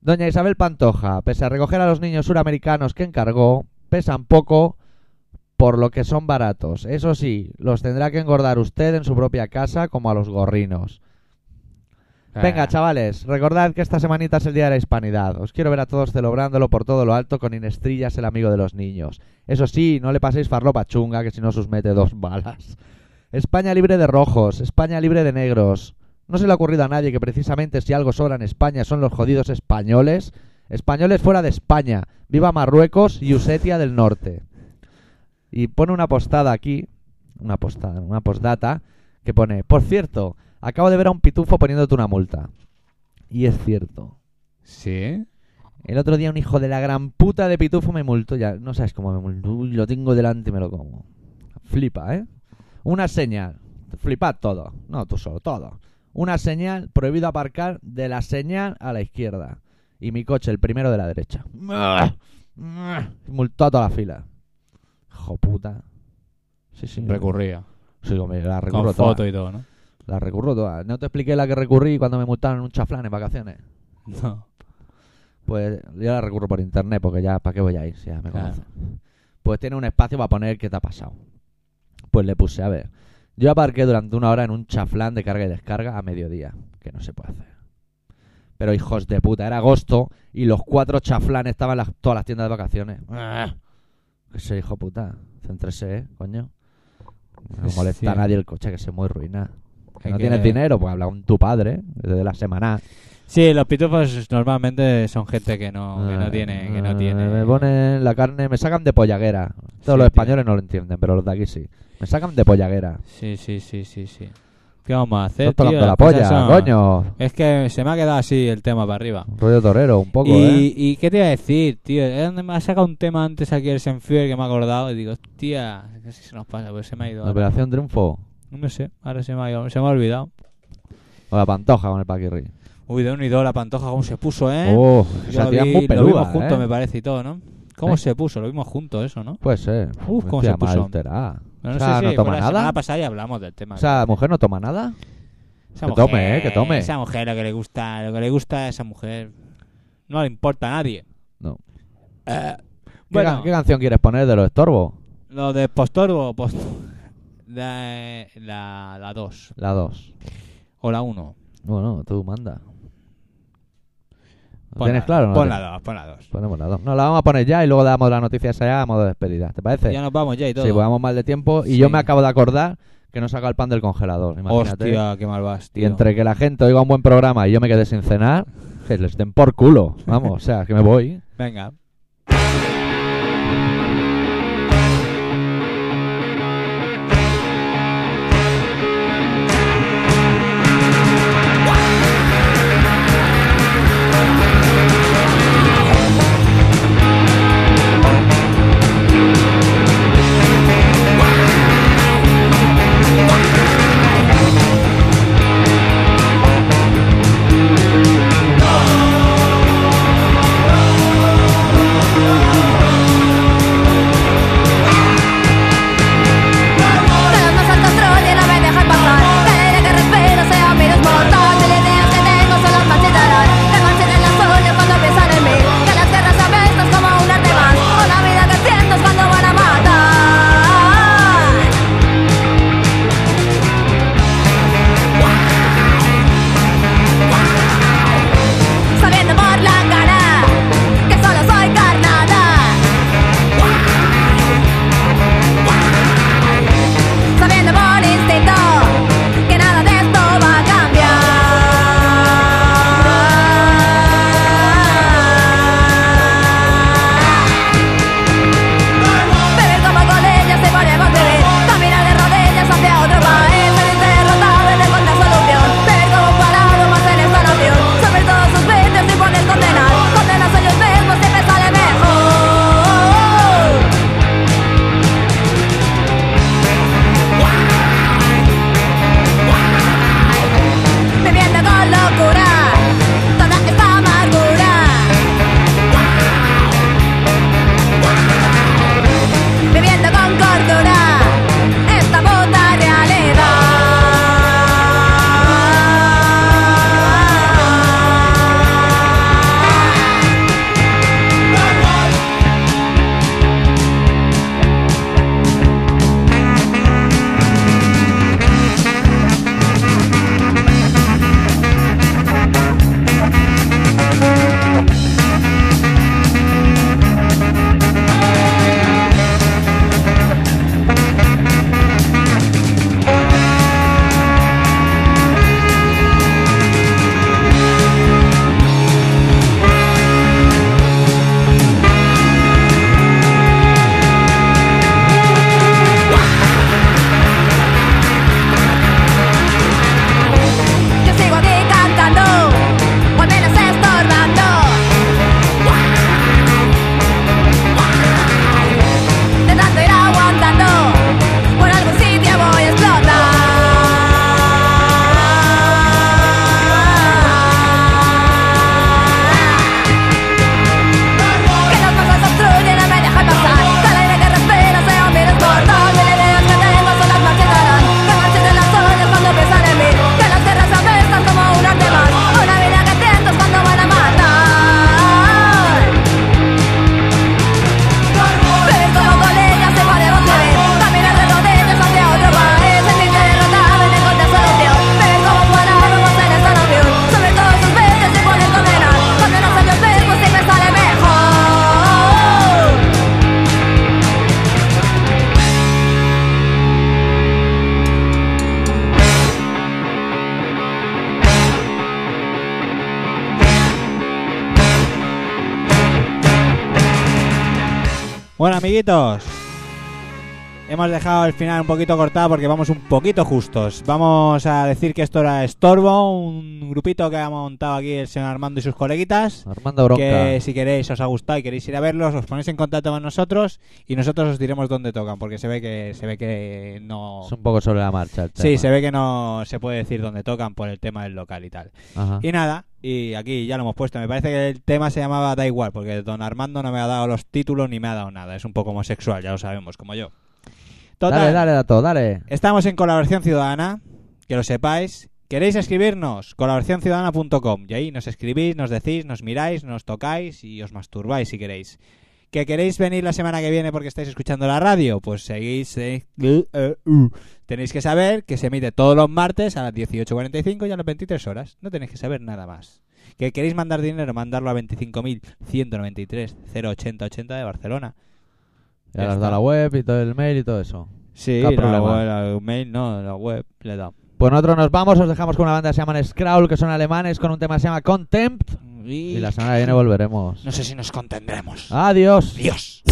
S2: Doña Isabel Pantoja, pese a recoger a los niños suramericanos que encargó, pesan poco por lo que son baratos. Eso sí, los tendrá que engordar usted en su propia casa como a los gorrinos. Venga,
S3: Ah.
S2: chavales, recordad que esta semanita es el Día de la Hispanidad. Os quiero ver a todos celebrándolo por todo lo alto con Inestrillas, el amigo de los niños. Eso sí, no le paséis farlopa chunga, que si no os mete dos balas. España libre de rojos, España libre de negros. No se le ha ocurrido a nadie que precisamente si algo sobra en España son los jodidos españoles. Españoles fuera de España. Viva Marruecos y Usetia del Norte. Y pone una postada aquí, una postada, una postdata, que pone, por cierto, acabo de ver a un pitufo poniéndote una multa. Y es cierto.
S3: ¿Sí?
S2: El otro día un hijo de la gran puta de pitufo me multó, ya no sabes cómo me multó, Uy, lo tengo delante y me lo como. Flipa, ¿eh? Una señal, flipad todo, no tú solo, todo. Una señal, prohibido aparcar de la señal a la izquierda. Y mi coche, el primero de la derecha. Multó a toda la fila. Hijo puta. Sí, sí.
S3: Recurría.
S2: Sí, hombre, la recurro
S3: Con
S2: toda.
S3: foto y todo, ¿no?
S2: La recurro toda. No te expliqué la que recurrí cuando me multaron en un chaflán en vacaciones.
S3: No.
S2: Pues yo la recurro por internet porque ya, ¿para qué voy a ir? Si ya me
S3: Claro.
S2: conocen. Pues tiene un espacio para poner qué te ha pasado. Pues le puse, a ver. Yo aparqué durante una hora en un chaflán de carga y descarga a mediodía, que no se puede hacer. Pero hijos de puta, era agosto y los cuatro chaflanes estaban en las- todas las tiendas de vacaciones. Que se hijo puta, céntrese, ¿eh? coño. No
S3: Sí.
S2: molesta a nadie el coche, que se muy ruina. Que
S3: Hay
S2: no
S3: que-
S2: tienes dinero, pues habla con tu padre, desde la semana.
S3: Sí, los pitufos normalmente son gente que no, que
S2: Ah,
S3: no tiene, que no
S2: ah,
S3: tiene.
S2: Me ponen la carne, me sacan de pollaguera. Todos
S3: Sí,
S2: los
S3: tío.
S2: españoles no lo entienden, pero los de aquí sí. Me sacan de pollaguera.
S3: Sí, sí, sí, sí, sí. ¿Qué vamos a hacer,
S2: Estás
S3: tío?
S2: tocando la
S3: Las cosas
S2: polla,
S3: son-
S2: coño.
S3: Es que se me ha quedado así el tema para arriba.
S2: Rollo torero, un poco,
S3: y,
S2: ¿eh?
S3: y qué te iba a decir, tío? Es donde me ha sacado un tema antes aquí el Senfier que me ha acordado y digo, hostia, ¿qué se nos pasa? Pues se me ha ido.
S2: La
S3: ahora.
S2: Operación Triunfo.
S3: No sé, ahora se me ha ido, se me ha olvidado.
S2: O la pantoja con el paquirri.
S3: Uy, de un y dos la pantoja, cómo se puso, ¿eh?
S2: Oh,
S3: Yo
S2: esa
S3: lo
S2: tía es
S3: vi-
S2: muy
S3: Lo vimos
S2: peluda,
S3: juntos,
S2: ¿eh?
S3: me parece, y todo, ¿no? ¿Cómo
S2: ¿Eh?
S3: se puso? Lo vimos juntos, eso, ¿no?
S2: Pues ser.
S3: Uf, cómo se
S2: Hostia, mal
S3: puso.
S2: alterada.
S3: Pero
S2: O sea,
S3: sé si
S2: ¿no toma
S3: fue la
S2: nada?
S3: semana pasada ya hablamos del tema.
S2: O sea, mujer no toma nada.
S3: Esa
S2: que
S3: mujer-
S2: tome, eh, que tome.
S3: Esa mujer, lo que le gusta, lo que le gusta a esa mujer, no le importa a nadie.
S2: No.
S3: Eh,
S2: ¿Qué,
S3: bueno,
S2: ca- qué canción quieres poner de los estorbos?
S3: lo de Postorbo, post... de- la, la 2
S2: La 2.
S3: o la 1.
S2: Bueno, tú manda.
S3: Pon
S2: ¿Lo
S3: la-
S2: ¿Tienes claro? o no
S3: Pon
S2: tienes?
S3: la 2, pon la 2.
S2: Ponemos la dos. No, la vamos a poner ya y luego damos la noticia esa ya a modo de despedida. ¿Te parece?
S3: Ya nos vamos ya y todo.
S2: Sí, pues vamos mal de tiempo. Y
S3: Sí.
S2: yo me acabo de acordar que no saca el pan del congelador. Imagínate.
S3: Hostia, qué mal vas, tío.
S2: Y entre que la gente oiga un buen programa y yo me quedé sin cenar, que les den por culo. Vamos, o sea, que me voy.
S3: Venga.
S7: Why?
S3: Bueno, amiguitos. Hemos dejado el final un poquito cortado porque vamos un poquito justos. Vamos a decir que esto era Estorbo, un grupito que ha montado aquí el señor Armando y sus coleguitas.
S2: Armando Bronca.
S3: Que si queréis, os ha gustado y queréis ir a verlos, os ponéis en contacto con nosotros y nosotros os diremos dónde tocan, porque se ve que se ve que no
S2: Es un poco sobre la marcha el
S3: Sí,
S2: tema.
S3: se ve que no se puede decir dónde tocan por el tema del local y tal.
S2: Ajá.
S3: Y nada, y aquí ya lo hemos puesto. Me parece que el tema se llamaba Da igual, porque don Armando no me ha dado los títulos ni me ha dado nada. Es un poco homosexual, ya lo sabemos, como yo. Total,
S2: Dale, dale, dato, dale.
S3: estamos en Colaboración Ciudadana, que lo sepáis. ¿Queréis escribirnos? colaboracionciudadana.com Y ahí nos escribís, nos decís, nos miráis, nos tocáis y os masturbáis si queréis. ¿Que queréis venir la semana que viene porque estáis escuchando la radio? Pues seguís... eh, eh, uh. Tenéis que saber que se emite todos los martes a las 18.45 y a las 23 horas. No tenéis que saber nada más. ¿Que queréis mandar dinero? Mandarlo a 25.193.08080 de Barcelona. Ya
S2: Ya le has
S3: está.
S2: dado la web y todo el mail y todo eso.
S3: Sí,
S2: ¿Qué
S3: la
S2: problema?
S3: web- la mail, no, la web le da.
S2: Pues nosotros nos vamos, os dejamos con una banda que se llama Scrawl, que son alemanes, con un tema que se llama Contempt. Y la semana que viene volveremos.
S3: No sé si nos contendremos.
S2: Adiós.
S3: Dios.